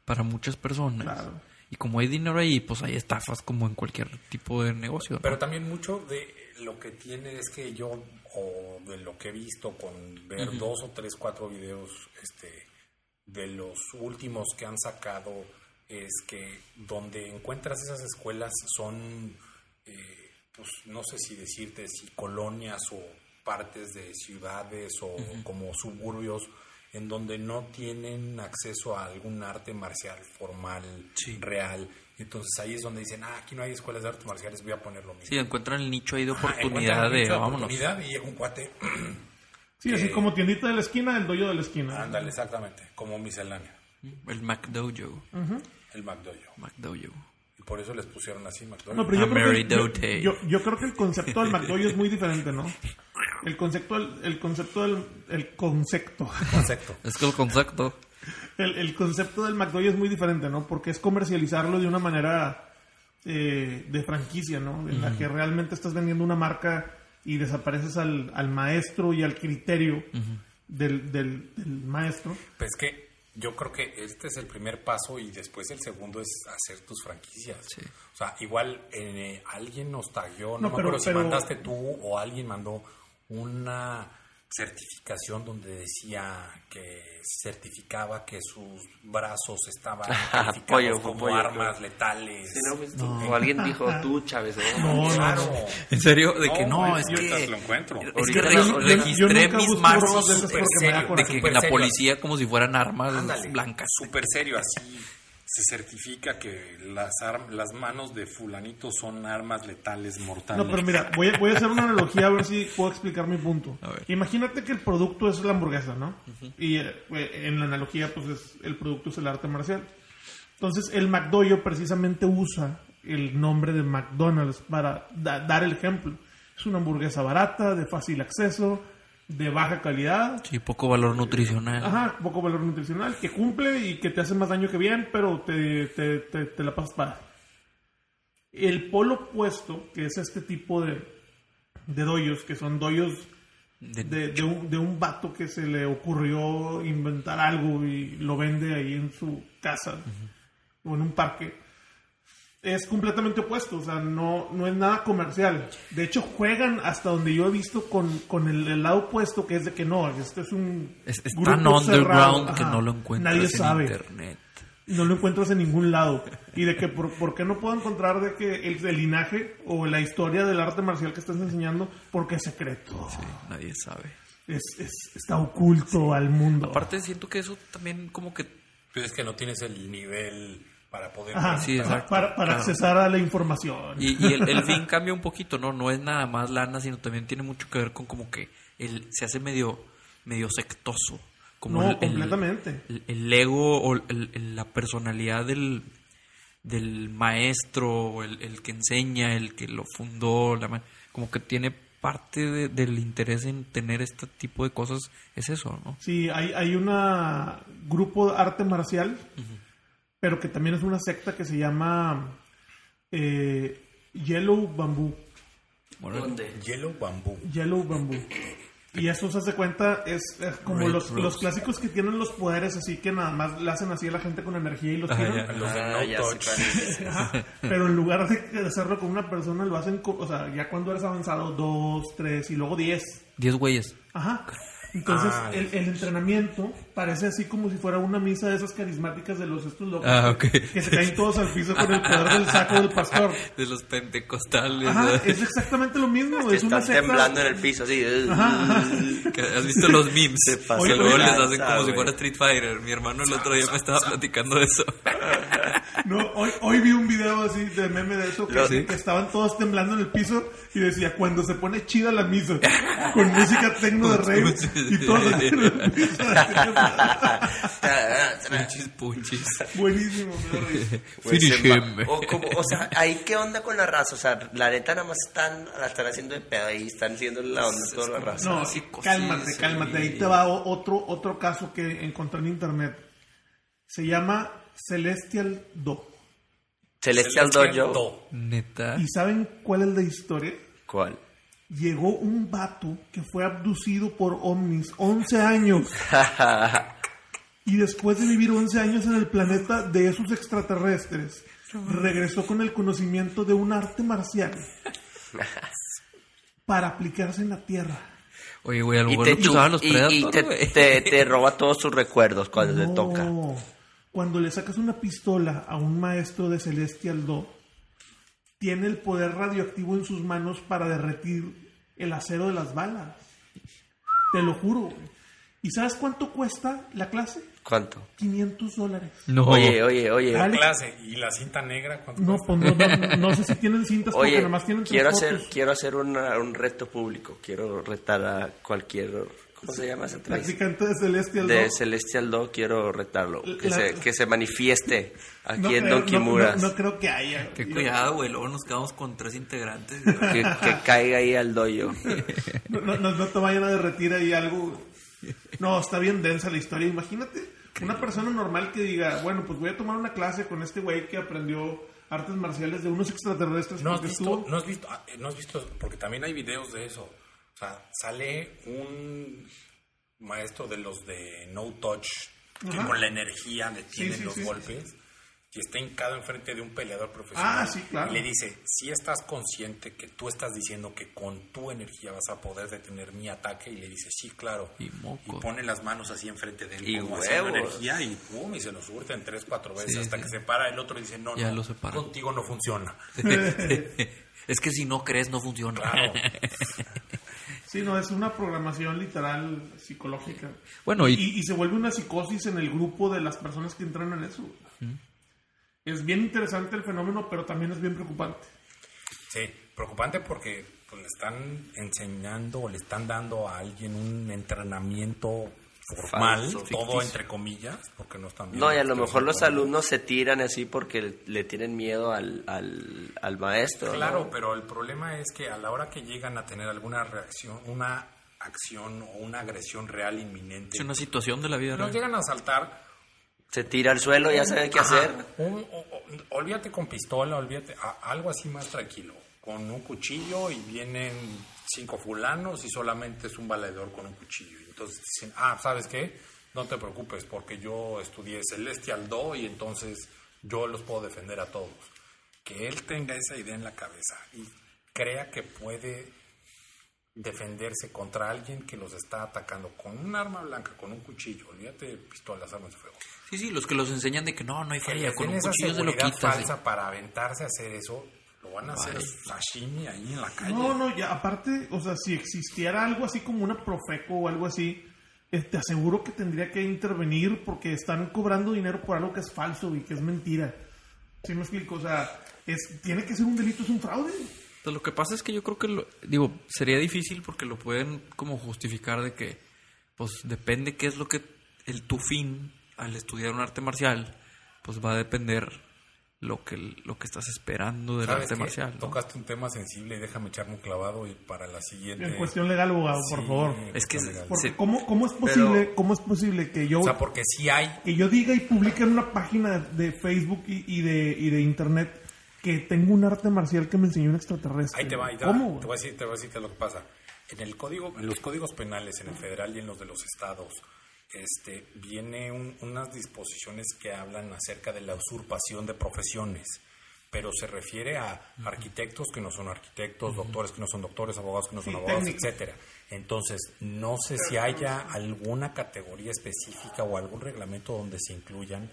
para muchas personas. Claro. Y como hay dinero ahí, pues hay estafas como en cualquier tipo de negocio. ¿no? Pero también mucho de lo que tiene es que yo, o de lo que he visto con ver dos o tres, cuatro videos este, de los últimos que han sacado, es que donde encuentras esas escuelas son, eh, pues no sé si decirte, si colonias o partes de ciudades o como suburbios en donde no tienen acceso a algún arte marcial formal, Sí. real. Entonces ahí es donde dicen, ah, aquí no hay escuelas de artes marciales, voy a poner lo mismo. Sí, encuentran el nicho ahí de Ah, oportunidad encuentran de mucha vámonos. oportunidad y llega un cuate, Sí, así como tiendita de la esquina, el doyo de la esquina. Eh. ándale, exactamente, como miscelánea, Mm. El McDojo. el McDojo. McDojo. Y por eso les pusieron así McDojo. No, pero yo, A creo Mary que, yo- Doty. yo, yo creo que el concepto *laughs* del McDoy es muy diferente, ¿no? El concepto, del- el concepto del el concepto, Concepto. Es que el concepto. el, el concepto del McDoy es muy diferente, ¿no? Porque es comercializarlo de una manera eh, de franquicia, ¿no? En la que realmente estás vendiendo una marca y desapareces al, al maestro y al criterio del, del- del maestro. Pues es que yo creo que este es el primer paso y después el segundo es hacer tus franquicias. Sí. O sea, igual eh, alguien nos tagueó, no, No, me pero- acuerdo si pero- mandaste tú o alguien mandó una certificación donde decía que certificaba que sus brazos *laughs* estaban calificados Pollo, como pollo, armas letales. pues, O alguien dijo, tú, Chávez. ¿eh? ¿no? No, no, Claro. no. En serio, de que No, no, güey, es yo ahorita que. lo encuentro. Es que Ahorita re- las- yo- yo registré nunca mis busco bromas de marcos esas porque super me da serio, de coraje. que Súper la serias. policía como si fueran armas Ándale. blancas. Súper serio, así. *laughs* Se certifica que las, arm- las manos de fulanito son armas letales mortales. No, pero mira, voy a, voy a hacer *laughs* una analogía a ver si puedo explicar mi punto. A ver. Imagínate que el producto es la hamburguesa, ¿no? Y eh, pues, en la analogía, pues es- el producto es el arte marcial. Entonces, el McDoyo precisamente usa el nombre de McDonald's para da- dar el ejemplo. Es una hamburguesa barata, de fácil acceso, de baja calidad. Sí, poco valor nutricional. Ajá, poco valor nutricional, que cumple y que te hace más daño que bien, pero te, te, te- te la pasas para. El polo opuesto, que es este tipo de, de doyos, que son doyos De- de, de un, de un vato que se le ocurrió inventar algo y lo vende ahí en su casa o en un parque. Es completamente opuesto, o sea, no, no es nada comercial. De hecho, juegan hasta donde yo he visto con, con el, el lado opuesto, que es de que no, este es un. Es, es grupo tan underground cerrado, que ajá, no lo encuentras Nadie en sabe, internet. no lo encuentras en ningún lado. Y de que, por, ¿por qué no puedo encontrar de que el, el linaje o la historia del arte marcial que estás enseñando? Porque es secreto. Sí, nadie sabe. Es- es- está oculto al mundo. Aparte siento que eso también como que Pero es que no tienes el nivel para poder. Ajá, Sí, para, exacto, para- para claro. accesar a la información. y, y el, el fin cambia un poquito, ¿no? No es nada más lana, sino también tiene mucho que ver con como que el se hace medio medio sectoso, como No, el- el- completamente. El, el ego o el- el- la personalidad del, del maestro, o el, el que enseña, el que lo fundó, la ma- como que tiene parte de- del interés en tener este tipo de cosas, es eso, ¿no? Sí, hay, hay un grupo de arte marcial, pero que también es una secta que se llama eh, Yellow Bamboo. ¿Dónde? Yellow Bamboo. Yellow Bamboo. Y eso se hace cuenta, es, es como Red los, Rose. los clásicos que tienen los poderes, así que nada más le hacen así a la gente con energía y los Ajá, tiran. ya. Los de Ah, No ya sé Touch. cuál es. *laughs* Ajá. Pero en lugar de hacerlo con una persona, lo hacen, con, o sea, ya cuando eres avanzado, dos, tres y luego diez. Diez güeyes. Ajá. Entonces, Ah, el, el entrenamiento parece así como si fuera una misa de esas carismáticas de los estos locos. Ah, ok. Que se caen todos al piso con el poder del saco del *laughs* pastor. De los pentecostales. Ajá, ¿verdad? es exactamente lo mismo. Que es una están secta- temblando en el piso así. Ajá, *laughs* ajá. *laughs* *laughs* Que ¿Has visto los memes? Se pasó que de luego les lanza, hacen como si güey. fuera Street Fighter. Mi hermano el otro día me estaba platicando de eso. *laughs* No, hoy, hoy vi un video así de meme de eso que, Lo- que estaban todos temblando en el piso y decía, cuando se pone chida la misa, con música tecno de rey y todos así en el piso. *laughs* Ah, punchis, punchis. Buenísimo, me da *laughs* risa. Güey, se Finish emba- him. Pues, eh, O, como, o sea, ahí qué onda con la raza. O sea, la neta nada más están, la están haciendo de pedo ahí, están haciendo la onda toda la raza. No, así cosillas cálmate, cálmate. ahí. Ahí te va o- otro, otro caso que encontré en internet. Se llama Celestial Do. Celestial Dojo. Do. Neta. ¿Y saben cuál es la historia? *laughs* ¿Cuál? Llegó un vato que fue abducido por ovnis, 11 años. Y después de vivir 11 años en el planeta de esos extraterrestres, regresó con el conocimiento de un arte marcial para aplicarse en la Tierra. Oye, güey, a lo y mejor te, lo que usaban los y- y Predators, te, güey. te- *laughs* te roba todos sus recuerdos cuando No. le toca. Cuando le sacas una pistola a un maestro de Celestial Do, tiene el poder radioactivo en sus manos para derretir el acero de las balas. Te lo juro. güey. ¿Y sabes cuánto cuesta la clase? ¿Cuánto? 500 dólares. No. Oye, oye, oye. La Dale. clase. ¿Y la cinta negra? ¿Cuánto No, cuesta? pues no, no- no sé si tienen cintas pues, porque Oye, nomás tienen tres quiero hacer, fotos. quiero hacer una- un reto público. Quiero retar a cualquier. ¿Cómo se llama esa atrás? Practicante de Celestial De Do. Celestial Do quiero retarlo. Que, La- se, que *laughs* se manifieste aquí No en creo- Don no- no, Kimuras. no creo que haya. Qué Yo- cuidado, güey. Luego nos quedamos con tres integrantes. güey. Que, que caiga ahí al doyo. No, no, no- no te vayan a derretir ahí algo. No, está bien densa la historia. Imagínate una persona normal que diga, bueno, pues voy a tomar una clase con este güey que aprendió artes marciales de unos extraterrestres. ¿No has porque visto? estuvo- ¿No has visto? ah, eh, ¿No has visto? Porque también hay videos de eso. O sea, sale un maestro de los de No Touch, que Ajá. con la energía le tienen sí, los sí, sí, golpes, y está hincado enfrente de un peleador profesional. Ah, sí, claro. Y le dice, si estás consciente que tú estás diciendo que con tu energía vas a poder detener mi ataque, y le dice, sí, claro. Y moco. pone las manos así enfrente de él, Y como haciendo huevos. energía, y pum, y se lo surten tres, cuatro veces, Sí, hasta sí. que se para el otro y dice, no, Ya no, lo separó. contigo no funciona. *laughs* es que si no crees, no funciona. *laughs* Claro. Sí, no, es una programación literal psicológica. *laughs* Bueno, y- y se vuelve una psicosis en el grupo de las personas que entran en eso. Es bien interesante el fenómeno, pero también es bien preocupante. Sí, preocupante porque pues, le están enseñando o le están dando a alguien un entrenamiento formal, Falso, todo ficticio. entre comillas, porque no están viendo No, y a lo que mejor los ponen. alumnos se tiran así porque le tienen miedo al, al, al maestro. ¿no? Claro, pero el problema es que a la hora que llegan a tener alguna reacción, una acción o una agresión real inminente, Es una situación de la vida nos real. llegan a saltar Se tira al suelo, ya sabe qué hacer. Un- o- o- olvídate con pistola, olvídate a- algo así más tranquilo, con un cuchillo y vienen cinco fulanos y solamente es un valedor con un cuchillo. Y Entonces dicen, ah, ¿sabes qué? No te preocupes porque yo estudié Celestial Do y entonces yo los puedo defender a todos. Que él tenga esa idea en la cabeza y crea que puede defenderse contra alguien que los está atacando con un arma blanca, con un cuchillo, olvídate de pistolas, armas de fuego Sí, sí, los que los enseñan de que no, no hay que les falla. Con den un esa cuchillo se lo seguridad quitas. falsa güey. para aventarse a hacer eso, lo van a hacer Vale. sashimi ahí en la calle. No, no, ya aparte, o sea, si existiera algo así como una Profeco o algo así, eh, te aseguro que tendría que intervenir porque están cobrando dinero por algo que es falso y que es mentira. ¿Sí me explico? O sea, es, tiene que ser un delito, es un fraude. Pues lo que pasa es que yo creo que, lo- digo, sería difícil porque lo pueden como justificar de que, pues depende qué es lo que el tu fin al estudiar un arte marcial, pues va a depender lo que, lo que estás esperando del ¿Sabes arte qué? marcial. ¿no? Tocaste un tema sensible y déjame echarme un clavado y para la siguiente. En cuestión legal, abogado, por Sí, favor. en Es que cuestión legal. Porque sí. ¿cómo, cómo es posible, Pero- ¿cómo es posible que yo O sea, porque sí hay. que yo diga y publique en una página de Facebook y, y de, y de internet que tengo un arte marcial que me enseñó un extraterrestre. Ahí te va, ahí te va. ¿Cómo? Te voy a decir, te voy a decir qué es lo que pasa. En el código, en los códigos penales, en el federal y en los de los estados, este, viene un- unas disposiciones que hablan acerca de la usurpación de profesiones, pero se refiere a arquitectos que no son arquitectos, doctores que no son doctores, abogados que no son Sí, abogados, técnicos. etcétera. Entonces, no sé si haya alguna categoría específica o algún reglamento donde se incluyan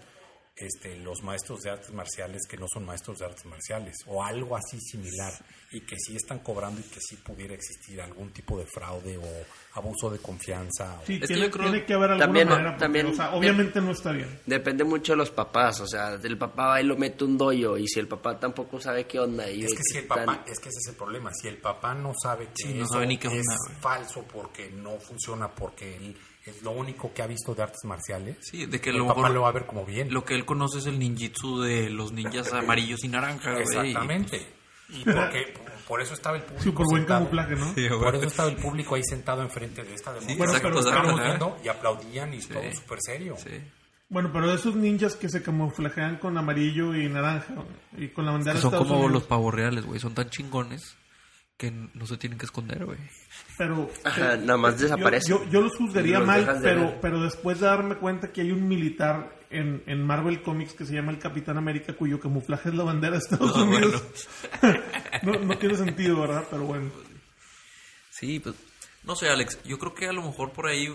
este, los maestros de artes marciales que no son maestros de artes marciales o algo así similar y que sí están cobrando y que sí pudiera existir algún tipo de fraude o abuso de confianza. o- Sí, Es que tiene, yo creo- tiene que haber alguna También- manera. porque, también- o sea, obviamente no está bien. Depende mucho de los papás, o sea, el papá va y lo mete un doyo y si el papá tampoco sabe qué onda y Es ve que si el están- papá, es que ese es el problema, si el papá no sabe que Sí, no eso sabe ni qué es onda, güey. falso porque no funciona, porque él es lo único que ha visto de artes marciales, Sí, de que el lo, papá mejor- lo va a ver como bien. lo que él conoce es el ninjitsu de los ninjas amarillos y naranjas. güey, y- pues, Exactamente. Y porque por eso estaba el público. Súper buen sentado. camuflaje, ¿no? Sí, Por güey. eso estaba el público ahí sentado enfrente de esta Bueno, demostración. exacto, pero- exacto, Estábamos ajá. viendo y aplaudían y todo súper serio. Sí. Bueno, pero esos ninjas que se camuflajean con amarillo y naranja y con la bandera Que de son Estados como Unidos, los pavorreales, güey. Son tan chingones que n- no se tienen que esconder, *laughs* güey. pero Ajá, nada más yo- desaparece. Yo, yo, los juzgaría Los mal, dejas de pero, ver. pero después de darme cuenta que hay un militar en, en Marvel Comics que se llama el Capitán América cuyo camuflaje es la bandera de Estados No, Unidos. *laughs* no, no tiene sentido, ¿verdad? Pero bueno. Sí, pues. No sé, Alex. Yo creo que a lo mejor por ahí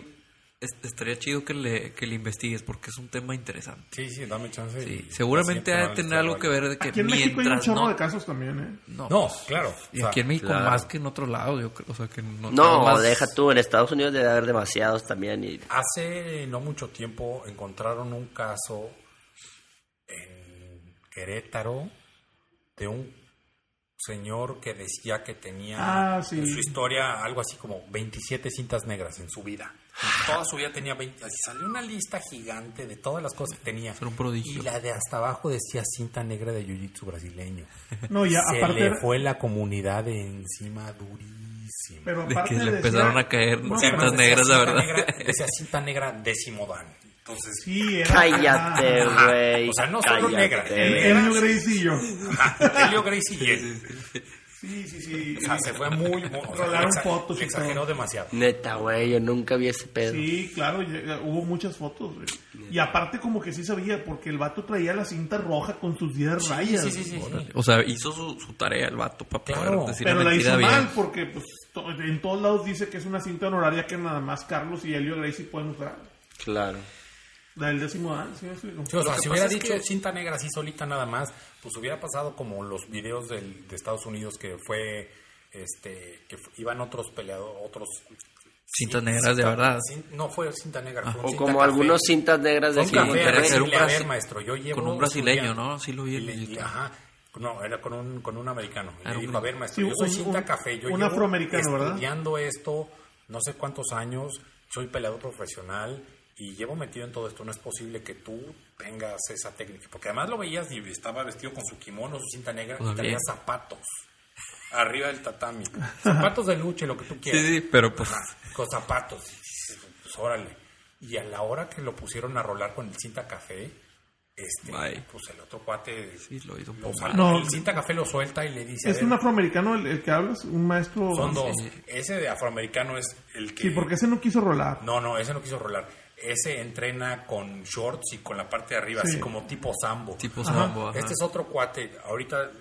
es- estaría chido que le, que le investigues porque es un tema interesante. Sí, sí, dame chance. Sí, y- seguramente la ha de siguiente tener algo que ver de que Aquí en México hay un mientras chorro no, de casos también, ¿eh? no, No, claro. o y sea, aquí en México claro. más que en otro lado, yo creo, o sea que no No, más- deja tú, en Estados Unidos debe haber demasiados también y Hace no mucho tiempo encontraron un caso en Querétaro de un señor que decía que tenía Ah, sí. en su historia algo así como 27 cintas negras en su vida. En toda su vida tenía 20. Así salió una lista gigante de todas las cosas que tenía. Era un prodigio. Y la de hasta abajo decía cinta negra de jiu-jitsu brasileño. No, ya, Se aparte. le fue la comunidad de encima durísimo. Pero De aparte que le decía- empezaron a caer No, Porque cintas además decía negras, la cinta verdad. negra- decía cinta negra décimo dan. Entonces, *laughs* Sí, era. cállate, Ah, güey. O sea, no solo cállate. negra, el Helio Grace y yo. Helio Ah, Gracie y él. Sí, sí, sí. O sea, se fue muy... muy o sea, Rolaron exa- fotos y le exageró todo. demasiado. Neta, güey, yo nunca vi ese pedo. Sí, claro, ya- hubo muchas fotos, güey. Y aparte como que sí sabía, porque el vato traía la cinta roja con sus 10 rayas. Sí, sí, sí. sí. O sea, hizo su, su tarea el vato para poder Claro. decir Pero la la mentira hizo bien. mal porque pues, to- en todos lados dice que es una cinta honoraria que nada más Carlos y Helio Gracie pueden usar. Claro. La del décimo dan, ¿sí me explico? Sí, o sea, que si pasa hubiera es dicho que- cinta negra así solita nada más, pues hubiera pasado como los videos del- de Estados Unidos que fue, este, que fu- iban otros peleadores, otros... Cintas cin- negras de cinta- verdad. Ah. cin- no fue cinta negra, fue un O cinta como café. algunos cintas negras de Con aquí café, en Monterrey. era un Era un ver, brasi- maestro. Yo llevo con un brasileño, estudiando. ¿no? Sí lo vi en Y le- y- YouTube. ajá. No, era con un, con un americano. Y Era le un- dijo, a ver, maestro, Sí, yo soy un- cinta un- café. Yo un llevo afroamericano, ¿verdad? estudiando esto no sé cuántos años, soy peleador profesional y llevo metido en todo esto. No es posible que tú tengas esa técnica. Porque además lo veías y estaba vestido con su kimono, su cinta negra Pues y traía bien. zapatos. Arriba del tatami. Zapatos de lucha, y lo que tú Sí, quieras. sí, pero pues Ajá, *laughs* con zapatos. Pues órale. Y a la hora que lo pusieron a rolar con el cinta café, este, Bye. pues el otro cuate sí pues, lo hizo un lo poco sal- mal. No. el cinta café lo suelta y le dice, ¿Es "A ver, un afroamericano el, el que hablas? ¿Un maestro? son dos. Sí. Ese de afroamericano es el que Sí, porque ese no quiso rolar. no, no, ese no quiso rolar. Ese entrena con shorts y con la parte de arriba, Sí. así como tipo sambo. Tipo sambo, ajá. Este es otro cuate. Ahorita.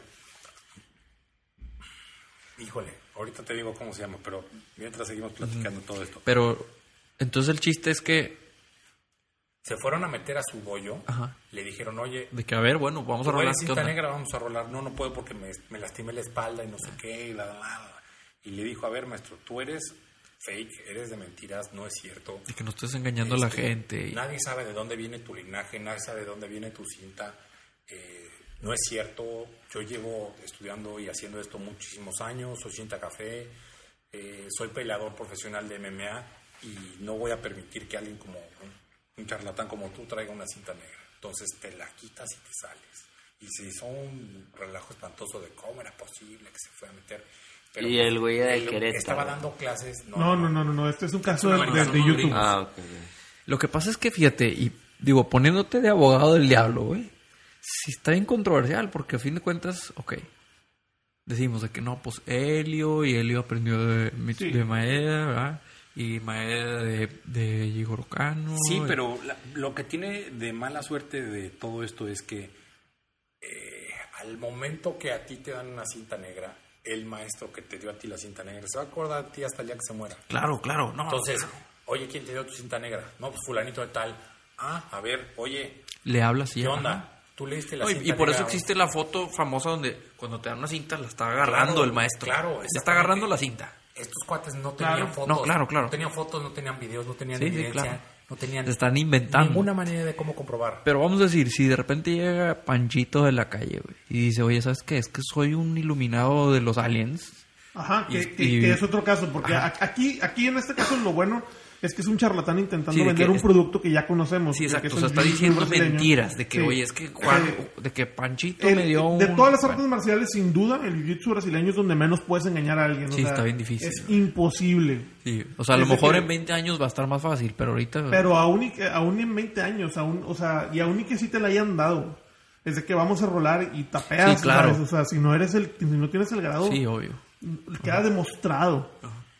Híjole, ahorita te digo cómo se llama, pero mientras seguimos platicando todo esto. Pero entonces el chiste es que Se fueron a meter a su bollo. Ajá. Le dijeron, oye, de que a ver, bueno, vamos a tú rolar eres ¿qué cinta onda? negra, vamos a rolar. No, no puedo porque me, me lastimé la espalda y no sé qué. Y, bla, bla, bla. y le dijo, a ver, maestro, tú eres fake, eres de mentiras, no es cierto. De que no estés engañando a la Este, gente. y- Nadie sabe de dónde viene tu linaje, nadie sabe de dónde viene tu cinta. Eh, no es cierto, yo llevo estudiando y haciendo esto muchísimos años, soy cinta café, eh, soy peleador profesional de MMA y no voy a permitir que alguien como un, un charlatán como tú traiga una cinta negra. Entonces te la quitas y te sales. Y se hizo un relajo espantoso de cómo era posible que se fue a meter. Pero Y el güey era de él Querétaro. Estaba dando clases. No, no, no, no, no. Este es un caso de, de- de no, YouTube. gringo. Ah, ok. Lo que pasa es que, fíjate, y digo, poniéndote de abogado del diablo, güey, sí está bien controversial, porque a fin de cuentas, ok, decimos de que no, pues Helio, y Helio aprendió de, mi- Sí. de Maeda, ¿verdad? Y Maeda de, de Jigoro Kano, Sí, y- pero la- lo que tiene de mala suerte de todo esto es que eh, al momento que a ti te dan una cinta negra, el maestro que te dio a ti la cinta negra se va a acordar de ti hasta el día que se muera. Claro, Ah, claro, no. Entonces, oye, ¿quién te dio tu cinta negra? No, pues fulanito de tal. Ah, a ver, oye, le hablas y ¿qué ya, ajá. onda? Tú leíste la No, y- cinta y por eso negra? existe la foto famosa donde cuando te dan una cinta la está agarrando Claro, el maestro. claro, ya está exactamente. agarrando la cinta. Estos cuates no Claro. tenían fotos. No, claro, claro. No tenían fotos, no tenían videos, no tenían Sí, sí, evidencia. claro. No tenían Le están inventando. ninguna manera de cómo comprobar. Pero vamos a decir, si de repente llega Panchito de la calle, güey, y dice, oye, ¿sabes qué? Es que soy un iluminado de los aliens. Ajá, que, Ah, Y- que- y- que es otro caso, porque a- aquí, aquí en este caso lo bueno es que es un charlatán intentando Sí, de que vender un es- producto que ya conocemos. Sí, que exacto. es O sea, el está jiu-jitsu diciendo brasileño. mentiras de que, Sí. oye, es que Juan- Eh, de que Panchito el- me dio un... de todas las artes Bueno, marciales, sin duda, el jiu-jitsu brasileño es donde menos puedes engañar a alguien. o Sí, sea, está bien difícil, Es ¿no? imposible. sí. O sea, a lo Es de mejor que- en 20 años va a estar más fácil, pero ahorita... Pero aún, y que- aún en 20 años, aún, o sea, y aún y que sí te la hayan dado, es de que vamos a rolar y tapeas, Sí, claro. ¿sabes? O sea, si no eres el, si no tienes el grado, sí, obvio. queda demostrado.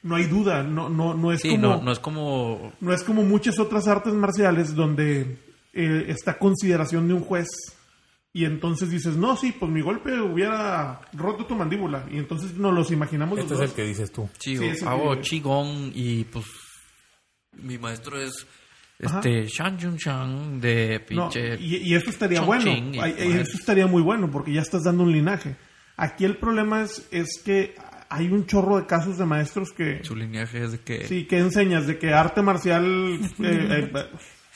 No hay duda, no, no, no es Sí, como... no, no es como... No es como muchas otras artes marciales donde eh, está a consideración de un juez y entonces dices, no, sí, pues mi golpe hubiera roto tu mandíbula y entonces nos los imaginamos los dos. que dices tú. Sí, Sí, o- eso hago que- Ah, oh, Qigong y pues mi maestro es este Shan Yun Shang de No, pinche... y, y eso estaría Chong bueno, Ching y- Ay, ay, eso estaría muy bueno porque ya estás dando un linaje. Aquí el problema es, es que hay un chorro de casos de maestros que, Su linaje es de que... sí, que enseñas de que arte marcial eh, eh,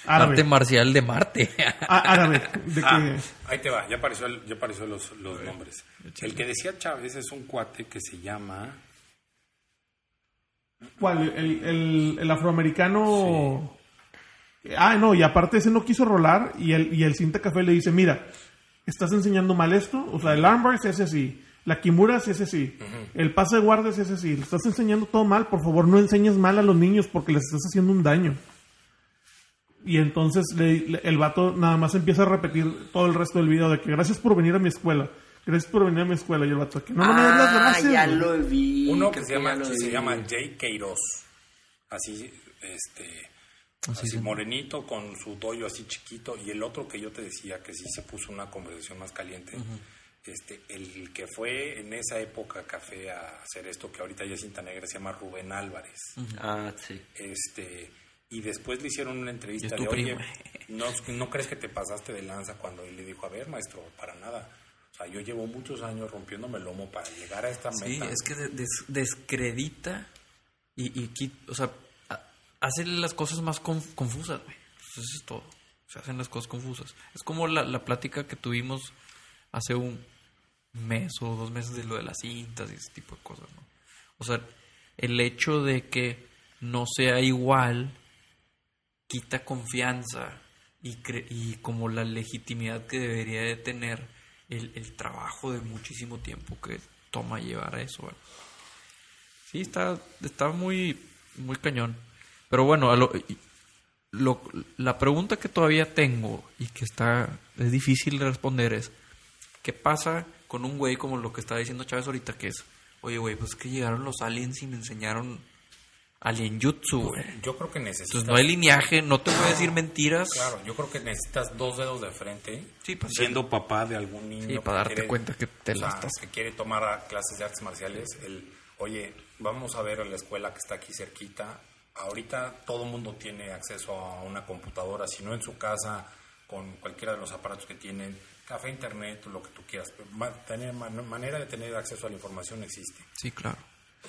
árabe, Arte marcial de Marte. *laughs* a- árabe, de que... Ah, ahí te va, ya apareció, el- ya apareció los, los nombres. El que decía Chávez es un cuate que se llama... ¿Cuál? El, el- el afroamericano. Ah, no, y aparte ese no quiso rolar y el, y el cinta café le dice, mira, estás enseñando mal esto, o sea, el armbar se hace así, la kimura se hace así, el pase de guardia se hace así, le estás enseñando todo mal, por favor no enseñes mal a los niños porque les estás haciendo un daño. Y entonces le- le- el vato nada más empieza a repetir todo el resto del video de que gracias por venir a mi escuela, gracias por venir a mi escuela, y el vato, que no, no me des las Ah, gracias. ya güey". lo vi. Uno que se creo llama, ya lo que se vi. llama Jay Queiroz. Así, este, así, morenito, con su doyo así chiquito. Y el otro que yo te decía, que sí se puso una conversación más caliente. Este, el que fue en esa época café a hacer esto, que ahorita ya es cinta negra, se llama Rubén Álvarez. Ah, sí. este y después le hicieron una Y es entrevista tu de primo". oye ¿no, no crees que te pasaste de lanza cuando él le dijo a ver maestro para nada o sea yo llevo muchos años rompiéndome el lomo para llegar a esta Sí, meta es que de- des- descredita y, y qui- o sea, ha- hace las cosas más conf- confusas, güey. Pues Eso es todo. Se hacen las cosas confusas. Es como la, la plática que tuvimos hace un mes o dos meses de lo de las cintas y ese tipo de cosas, ¿no? O sea, el hecho de que no sea igual quita confianza y, cre- y como la legitimidad que debería de tener el, el trabajo de muchísimo tiempo que toma llevar a eso. ¿verdad? Sí, está, está muy, muy cañón. Pero bueno, a lo- y- lo- la pregunta que todavía tengo y que está es difícil de responder es, ¿qué pasa con un güey como lo que está diciendo Chávez ahorita que es, oye güey, pues que llegaron los aliens y me enseñaron alien jutsu, güey? yo creo que necesitas Entonces pues, no hay lineaje, no te voy a decir mentiras. claro yo creo que necesitas dos dedos de frente Sí, pues, siendo papá de algún niño Sí, que para darte quiere- cuenta que te o sea, la estás. que quiere tomar a clases de artes marciales, el, oye, vamos a ver a la escuela que está aquí cerquita. Ahorita todo mundo tiene acceso a una computadora, si no en su casa, con cualquiera de los aparatos que tienen, café, internet, lo que tú quieras. Pero ma- tener man- manera de tener acceso a la información existe. Sí, claro.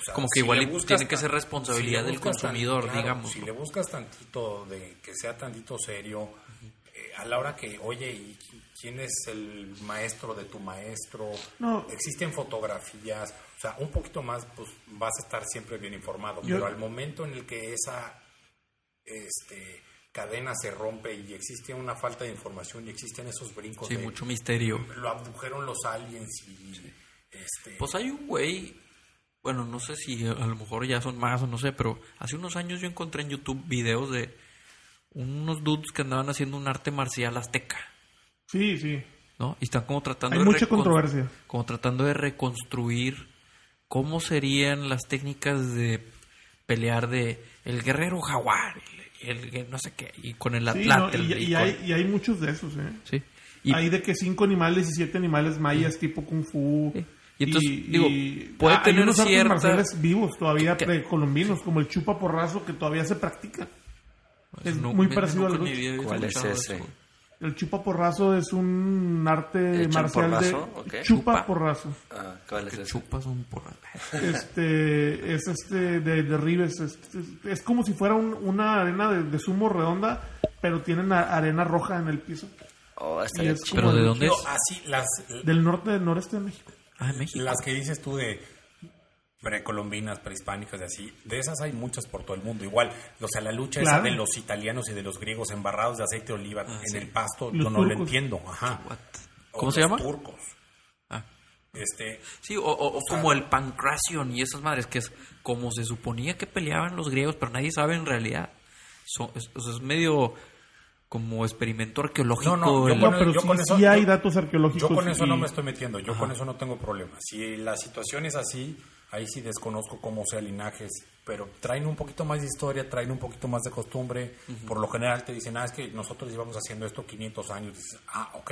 O sea, Como que si igual le y buscas tiene que tan- ser responsabilidad si le del buscas tan- consumidor, claro, digamos. Si ¿no? le buscas tantito de que sea tantito serio, eh, a la hora que, oye, ¿y qui- quién es el maestro de tu maestro? No. Existen fotografías, o sea, un poquito más, pues vas a estar siempre bien informado. Yo- pero al momento en el que esa este cadena se rompe y existe una falta de información y existen esos brincos Sí, de mucho misterio. lo abdujeron los aliens y este Pues hay un güey, bueno, no sé si a a lo mejor ya son más o no sé, pero hace unos años yo encontré en YouTube videos de unos dudes que andaban haciendo un arte marcial azteca, Sí, sí. ¿no? Y están como tratando Hay de mucha recon- controversia. como tratando de reconstruir cómo serían las técnicas de pelear de el guerrero jaguar, el, el- el no sé qué, y con el Sí, no, atlante. y, y y con- hay, y hay muchos de esos, ¿eh? sí. Y- Hay de que cinco animales y siete animales mayas tipo kung fu. ah, Sí. Y entonces, digo, puede hay tener unos artes cierta- marciales vivos todavía que- que- precolombinos, como el chupa porrazo que todavía se practica. Es pues, no- muy me- parecido nunca al en mi Dutch. vida había ¿Cuál es escuchado ese? eso, güey. El chupa porrazo es un arte ¿Hecho en marcial porrazo? ¿O de qué? chupa Chupa. porrazo. Ah, ¿cuál es Que ese? chupas un porra. Este es este de derribes, es, es- es como si fuera un- una arena de, de zumo redonda, pero tienen a- arena roja en el piso. Oh, estaría es chido. Pero Como ¿de el dónde no, es? así las Del norte, del noreste de México. Ah, de México. las que dices tú de precolombinas, prehispánicas y así, de esas hay muchas por todo el mundo. Igual, o sea, la lucha Claro. esa de los italianos y de los griegos embarrados de aceite de oliva en el pasto, Los yo no lo turcos. entiendo. Ajá. O What? Ah, ¿Cómo se los llama? Turcos. Ah. Este, Sí, o, o- o como el Pancración y esas madres, que es como se suponía que peleaban los griegos, pero nadie sabe en realidad. So- es, o sea, es medio como experimento arqueológico. No, no, yo el- No, Bueno, pero sí, con eso- sí hay yo- datos yo arqueológicos. con eso no y- me estoy metiendo, yo con eso no tengo problema. Si la situación es así, ahí sí desconozco cómo sea linajes, pero traen un poquito más de historia, traen un poquito más de costumbre. Por lo general te dicen, ah, es que nosotros llevamos haciendo esto 500 años. Dices, ah, ok.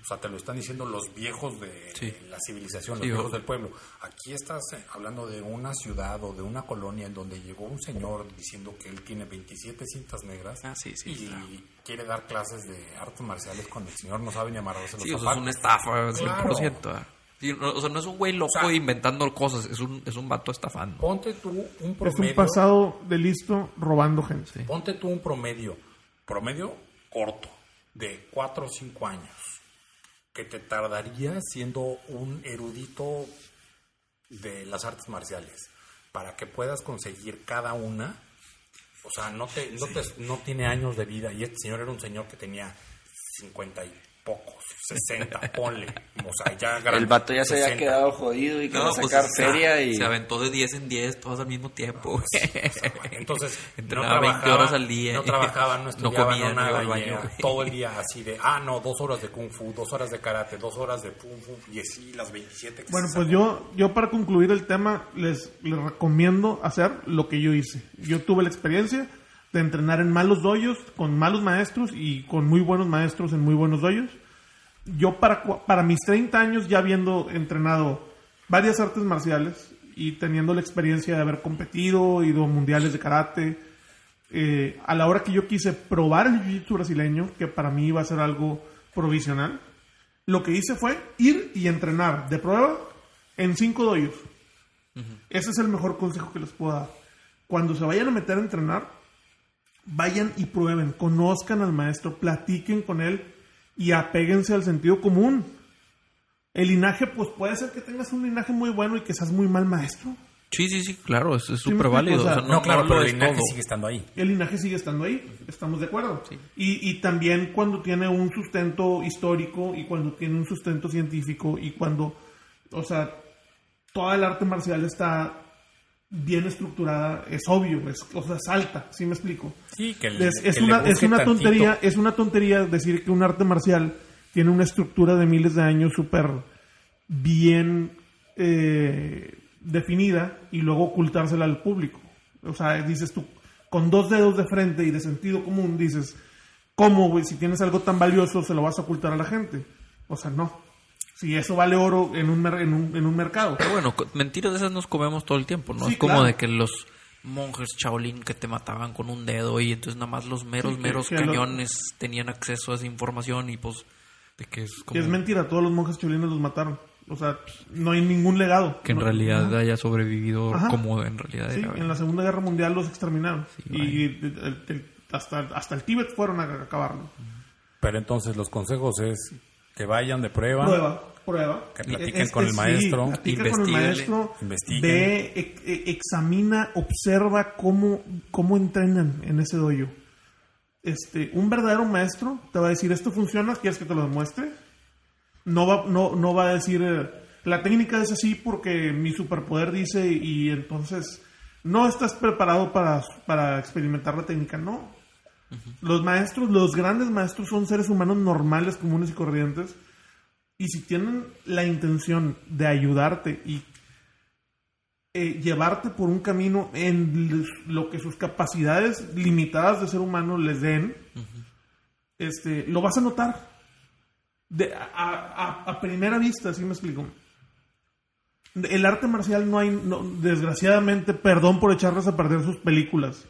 O sea, te lo están diciendo los viejos de Sí. la civilización, los Sí, viejos o- del pueblo. Aquí estás eh, hablando de una ciudad o de una colonia en donde llegó un señor diciendo que él tiene 27 cintas negras Ah, sí, sí, y claro. quiere dar clases de artes marciales cuando el señor no sabe ni amarrarse los Sí, o sea, es zapatos. una estafa, Claro. 100%. ah. Sí, no, o sea, no es un güey loco O sea, inventando cosas, es un, es un vato estafando. Ponte tú un Es promedio. un pasado de listo robando gente. Ponte tú un promedio. Promedio corto. De 4 o 5 años. Que te tardaría siendo un erudito de las artes marciales. Para que puedas conseguir cada una. O sea, no, te, no, te- no tiene años de vida. Y este señor era un señor que tenía 50 y pocos. *laughs* 60, ponle. O sea, ya grande, El vato ya se había 60. quedado jodido y que va a pues, sacar o sea, feria y... Se *laughs* aventó de 10 en 10, todas al mismo tiempo. Entonces, Entrenaba no 20 trabajaba, horas al día. No trabajaba, *laughs* no estudiaba, No no comía, no iba nada. al y baño. era todo el día así de, ah, no, dos horas de kung fu, dos horas de karate, dos horas de pum, pum, y así las 27. que Bueno, se pues sacó. yo, yo para concluir el tema les, les recomiendo hacer lo que yo hice. Yo tuve la experiencia de entrenar en malos doyos, con malos maestros y con muy buenos maestros en muy buenos doyos. Yo para, cua- para mis 30 años ya habiendo entrenado varias artes marciales y teniendo la experiencia de haber competido, ido a mundiales de karate, eh, a la hora que yo quise probar el jiu-jitsu brasileño, que para mí iba a ser algo provisional, lo que hice fue ir y entrenar de prueba en cinco doyos. Ese es el mejor consejo que les puedo dar. Cuando se vayan a meter a entrenar, vayan y prueben, conozcan al maestro, platiquen con él y apéguense al sentido común. El linaje, pues puede ser que tengas un linaje muy bueno y que seas muy mal maestro. Sí, sí, sí, claro, es es me súper válido. explico, o o sea, sea, no, No, claro, no pero lo el es linaje todo. sigue estando ahí. El linaje sigue estando ahí, estamos de acuerdo. Y, y también cuando tiene un sustento histórico y cuando tiene un sustento científico y cuando, o sea, toda el arte marcial está bien estructurada, es obvio, es, o sea, salta, ¿sí me explico? Sí, que le- Es, es que le una, es busque una tantito. tontería, es una tontería decir que un arte marcial tiene una estructura de miles de años súper bien eh, definida y luego ocultársela al público. O sea, dices tú, con dos dedos de frente y de sentido común, dices, ¿cómo, güey? Si tienes algo tan valioso, se lo vas a ocultar a la gente. O sea, no. Si eso vale oro en un, mer- en un, en un mercado. Pero bueno, co- mentiras de esas nos comemos todo el tiempo, ¿no? Sí, es como claro. de que los monjes Shaolin que te mataban con un dedo y entonces nada más los meros, Sí, que- meros que lo- cañones tenían acceso a esa información y pues de que es Que como... es mentira, todos los monjes cholinos los mataron. O sea, no hay ningún legado. que en No- realidad haya sobrevivido Ajá. como en realidad Sí, era. en la Segunda Guerra Mundial los exterminaron. y vaya. el- el- el- hasta, hasta el Tíbet fueron a acabarlo. Pero entonces los consejos es que vayan de prueba. Prueba, prueba. Que platiquen con el sí, maestro, platica con el investíguenle, maestro. investiguen. Ve, e- e- examina, observa cómo, cómo entrenan en ese dojo. este, un verdadero maestro te va a decir, esto funciona, ¿quieres que te lo demuestre? No va, no, no va a decir, eh, la técnica es así porque mi superpoder dice y entonces no estás preparado para, para experimentar la técnica, no. Los maestros, los grandes maestros son seres humanos normales, comunes y corrientes. Y si tienen la intención de ayudarte y eh, llevarte por un camino en lo que sus capacidades limitadas de ser humano les den, este, lo vas a notar. De, a, a- a primera vista, así me explico. De- El arte marcial no hay, no- desgraciadamente, perdón por echarles a perder sus películas.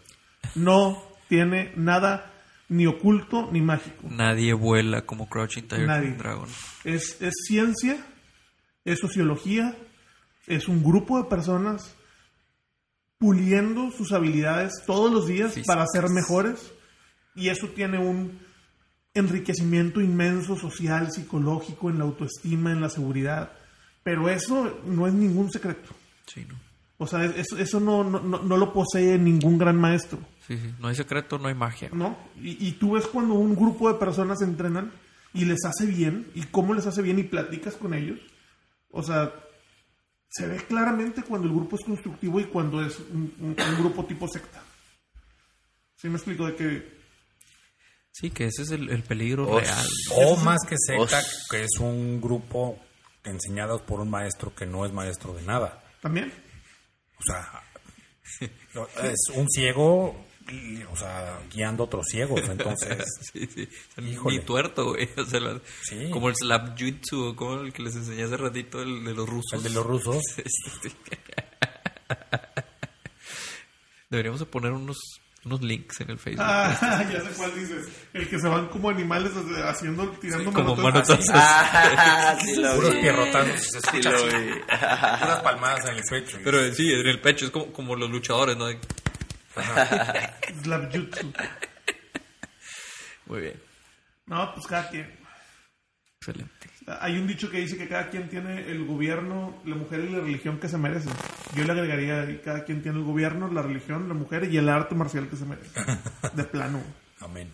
No tiene nada ni oculto ni mágico. Nadie vuela como Crouching Tiger Nadie. Dragon. Es, es ciencia, es sociología, es un grupo de personas puliendo sus habilidades todos los días Físicas. para ser mejores y eso tiene un enriquecimiento inmenso social, psicológico, en la autoestima, en la seguridad. Pero eso no es ningún secreto. Sí, no. O sea, es- eso, no, no- no- no lo posee ningún gran maestro. Sí, sí. No hay secreto, no hay magia. ¿no? Y, y tú ves cuando un grupo de personas entrenan y les hace bien, y cómo les hace bien y platicas con ellos. O sea, se ve claramente cuando el grupo es constructivo y cuando es un, un- un grupo tipo secta. ¿Sí me explico? De que Sí, que ese es el, el peligro Os- real. *laughs* O más que secta, Os- que es un grupo enseñados por un maestro que no es maestro de nada. también. *laughs* O sea, no, es un ciego, y, o sea, guiando a otros ciegos. Entonces, Sí, sí. O sea, Híjole. Ni tuerto, güey. *laughs* O sea, la- Sí. como el slap jutsu o como el que les enseñé hace ratito, el de los rusos. el de los rusos, Deberíamos de poner unos, unos links en el Facebook. Ah, ya sé cuál dices. El que se van como animales hace- haciendo, tirando como manotazos. manotazos. Ah, sí lo puros vi. pierrotazos, se Sí escucha lo así, vi. puras palmadas en el pecho. Pero eh, sí, en el pecho es como, como los luchadores, ¿no? De- Slap jutsu. Muy bien, No, pues cada quien. excelente. Hay un dicho que dice que cada quien tiene el gobierno, la mujer y la religión que se merecen. Yo le agregaría ahí, cada quien tiene el gobierno, la religión, la mujer y el arte marcial que se merece. De plano. Amén.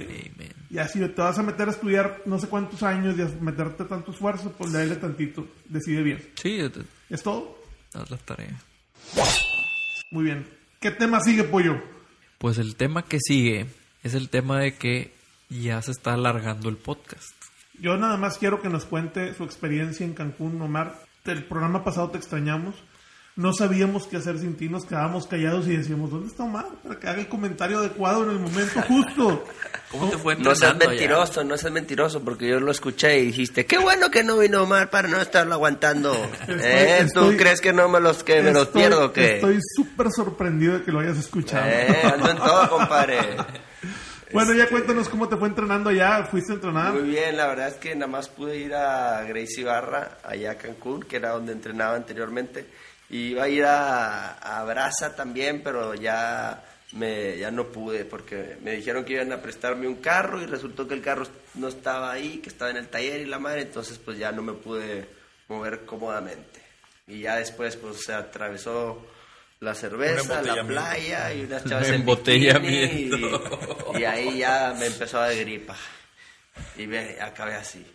Amen. Y así te vas a meter a estudiar no sé cuántos años y a meterte tanto esfuerzo, pues dale tantito. Decide bien. Sí, eh, eh, ¿Es todo? haz la tarea. Muy bien. ¿Qué tema sigue, pollo? Pues el tema que sigue es el tema de que ya se está alargando el podcast. Yo nada más quiero que nos cuente su experiencia en Cancún, Omar. El programa pasado te extrañamos. No sabíamos qué hacer sin ti, nos quedábamos callados y decíamos, ¿dónde está Omar? Para que haga el comentario adecuado en el momento *laughs* justo. ¿Cómo Oh, te fue No seas entrenando allá? mentiroso, no seas mentiroso, porque yo lo escuché y dijiste, qué bueno que no vino Omar para no estarlo aguantando. ¿Eh? estoy- ¿Tú crees que no me los, que me los Estoy- pierdo o qué? Estoy súper sorprendido de que lo hayas escuchado. Eh, ando en todo, compadre. *laughs* Este, bueno, ya cuéntanos cómo te fue entrenando allá. ¿Fuiste entrenada? Muy bien, la verdad es que nada más pude ir a Gracie Barra, allá a Cancún, que era donde entrenaba anteriormente. Y iba a ir a, a Brasa también, pero ya, me, ya no pude, porque me dijeron que iban a prestarme un carro y resultó que el carro no estaba ahí, que estaba en el taller y la madre, entonces pues ya no me pude mover cómodamente. Y ya después pues se atravesó la cerveza, la embotellamiento. playa y unas Un chavas en embotellamiento. bikini, Y, y ahí ya me empezó a dar gripa. Y ve, acabé así.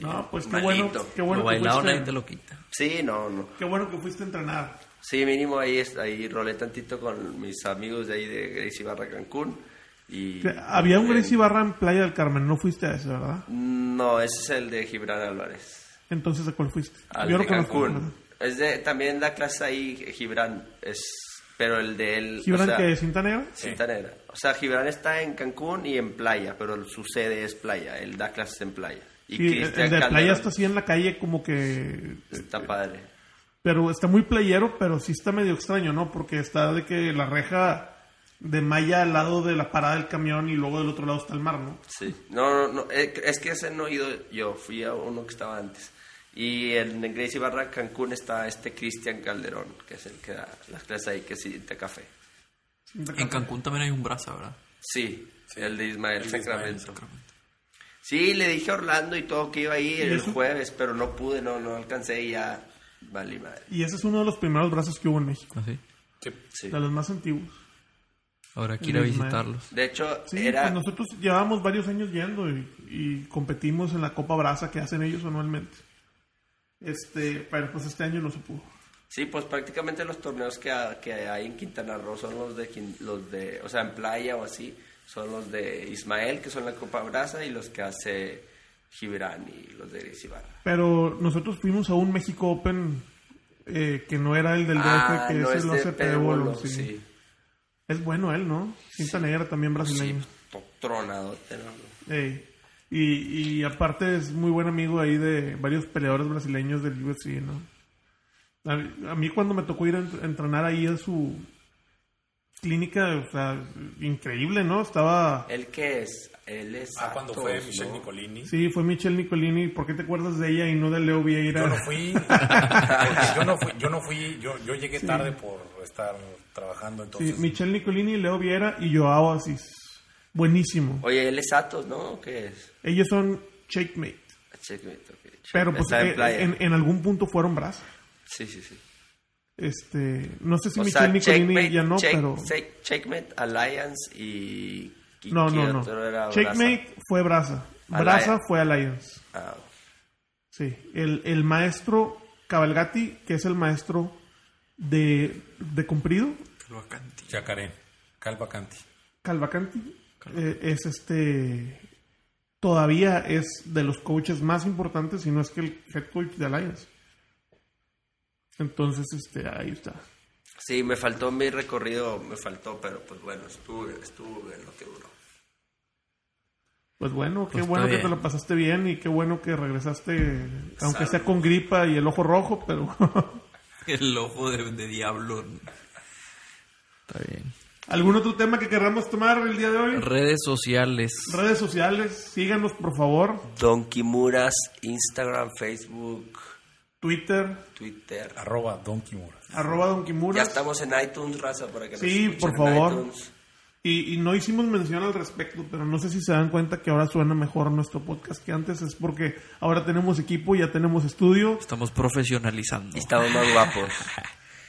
No, pues qué Malito. bueno, qué bueno lo que bailado nadie fuiste. te lo quita. Sí, no, no. Qué bueno que fuiste entrenada. Sí, mínimo ahí, es- ahí rolé tantito con mis amigos de ahí de Gracie Barra Cancún. Y, Había un eh, Gracie Barra en Playa del Carmen, no fuiste a ese, ¿verdad? Mm, No, ese es el de Gibran Álvarez. Entonces, ¿a cuál fuiste? Al Yo de no conozco, Cancún. ¿verdad? Es de, también da clase ahí Gibran, es, pero el de él... o ¿Gibran sea, que es cinta negra? Cinta negra. O sea, Gibran está en Cancún y en playa, pero su sede es playa. Él da clases en playa. Y Sí, el- Cristian el de playa Calderón está así en la calle como que... está padre. Pero está muy playero, pero sí está medio extraño, ¿no? Porque está de que la reja de malla al lado de la parada del camión y luego del otro lado está el mar, ¿no? Sí. No, no, no, eh, Es que ese no he ido yo. Fui a uno que estaba antes. Y en Gracie Barra, Cancún, está este Cristian Calderón, que es el que da las clases ahí, que es de café. En Cancún también hay un brazo, ¿verdad? Sí, el de El Ismael de Ismael Sacramento. Sacramento. Sí, le dije a Orlando y todo que iba ahí el eso? jueves, pero no pude, no, no alcancé y ya. Vale, madre. Ah, Y ese es uno de los primeros brazos que hubo en México, Así. Sí. de los más antiguos. Habrá que ir a Iron Man. visitarlos. De hecho, Sí, era... pues nosotros llevábamos varios años yendo y, y competimos en la Copa Brasa que hacen ellos anualmente. Este, pero pues este año no se pudo. Sí, pues prácticamente los torneos que, ha- que hay en Quintana Roo son los de, Quin- los de, o sea, en playa o así, son los de Ismael, que son la Copa Brasa, y los que hace Gibran y los de Gris Pero nosotros fuimos a un México Open eh, que no era el del DF, Ah, que no, ese es lo de hace Pedro Pedro. Bolo, Sí. sí. Es bueno él, ¿no? Cinta negra también Sí, brasileño. to- tronadote, ¿no? Ey. Y, y aparte es muy buen amigo ahí de varios peleadores brasileños del UFC, ¿no? A, mí- a mí cuando me tocó ir a en- a entrenar ahí en su clínica, o sea, increíble, ¿no? Estaba... ¿Él qué es? Él es Ah, cuando fue Atos, Michelle ¿no? Nicolini. Sí, fue Michelle Nicolini. ¿Por qué te acuerdas de ella y no de Leo Vieira? Yo no fui, porque yo no fui, yo no fui, yo, yo llegué tarde por estar trabajando, Sí, entonces Michelle Nicolini, Leo Vieira y Joao Asís. Buenísimo. Oye, él es Atos, ¿no? ¿Qué es? Ellos son checkmate. Checkmate, ok. Pero pues Está en eh, playa. en, en algún punto fueron brazos. Sí, sí, sí. Este, no sé si O sea, Michelle Nicolini Checkmate, ya no, Check- pero... Check- Checkmate, Alliance y... y No, ¿qué no, otro era no. Brasa? Checkmate fue Brasa. Brasa Alliance. fue Alliance. Ah, Sí. El, el maestro Cabalgati, que es el maestro de, de Cumplido, Calvacanti. Yacaré, Calva Canti. Calvacanti, eh, es este. Todavía es de los coaches más importantes, si no es que el head coach de Alliance. Entonces, este, ahí está. Sí, me faltó mi recorrido, me faltó, pero pues bueno, estuvo, estuvo bien lo que duró. Pues bueno, qué Pues está bueno que te bien. lo pasaste bien y qué bueno que regresaste, aunque Salud. sea con gripa y el ojo rojo, pero *laughs* El ojo de, de diablo. Está bien. ¿Algún otro tema que queramos tomar el día de hoy? Redes sociales. Redes sociales, síganos por favor. Don Kimuras, Instagram, Facebook, Twitter, Twitter. Arroba Don Kimura. arroba Don Ya Kimuras. estamos en iTunes, raza, para que nos Sí, escuchen por en favor. iTunes. Y, y no hicimos mención al respecto, pero no sé si se dan cuenta que ahora suena mejor nuestro podcast que antes. Es porque ahora tenemos equipo, ya tenemos estudio. Estamos profesionalizando. Y estamos más guapos.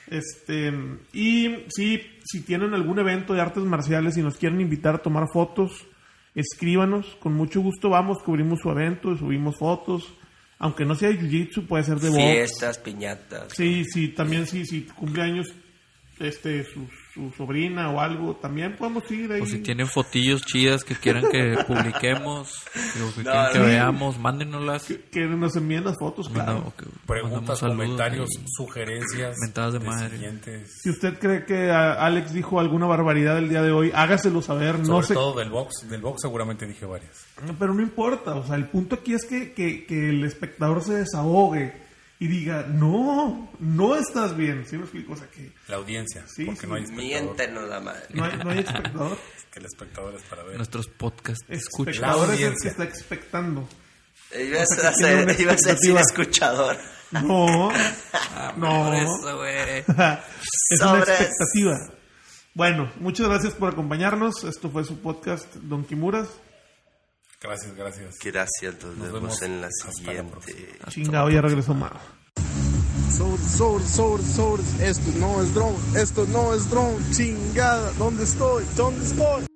Este, y sí, si tienen algún evento de artes marciales y nos quieren invitar a tomar fotos, escríbanos. Con mucho gusto vamos, cubrimos su evento, subimos fotos. Aunque no sea de jiu-jitsu, puede ser *laughs* de box. Fiestas, piñatas. Sí, sí, también sí, si cumple años este, su, su sobrina o algo, también podemos ir ahí. O si tienen fotillos chidas que quieran que publiquemos, o que No, quieran que no. veamos, mándenoslas. que, que nos envíen las fotos, claro. Manda- o que- mandamos Preguntas, saludos comentarios, ahí. sugerencias. Mentadas de madre. siguientes, Si usted cree que a- Alex dijo alguna barbaridad el día de hoy, hágaselo saber, no sobre sé. todo del box, del box seguramente dije varias. Pero no importa, o sea, el punto aquí es que, que, que el espectador se desahogue y diga, no, no estás bien, ¿sí me explico? O sea, que La audiencia, Sí, porque sí. no hay espectador, Miéntenos *laughs* la madre. no hay, no *laughs* hay espectador. que el espectador es para ver. Nuestros podcasts. Escucha. espectador es el que audiencia. está expectando. Iba a O sea, ser, que tiene una iba a ser sin expectativa. escuchador. No, Ah, no. Eso, güey. *laughs* es una Sobres. expectativa. Bueno, muchas gracias por acompañarnos. Esto fue su podcast Don Kimuras. Gracias, gracias. Gracias, nos, Nos vemos. vemos, en la Hasta la siguiente. próxima. Chingado, ya regresó más. Sobres, sobres, sobres, sobres. Esto no es dron, esto no es dron. Chingada, ¿dónde estoy? ¿Dónde estoy?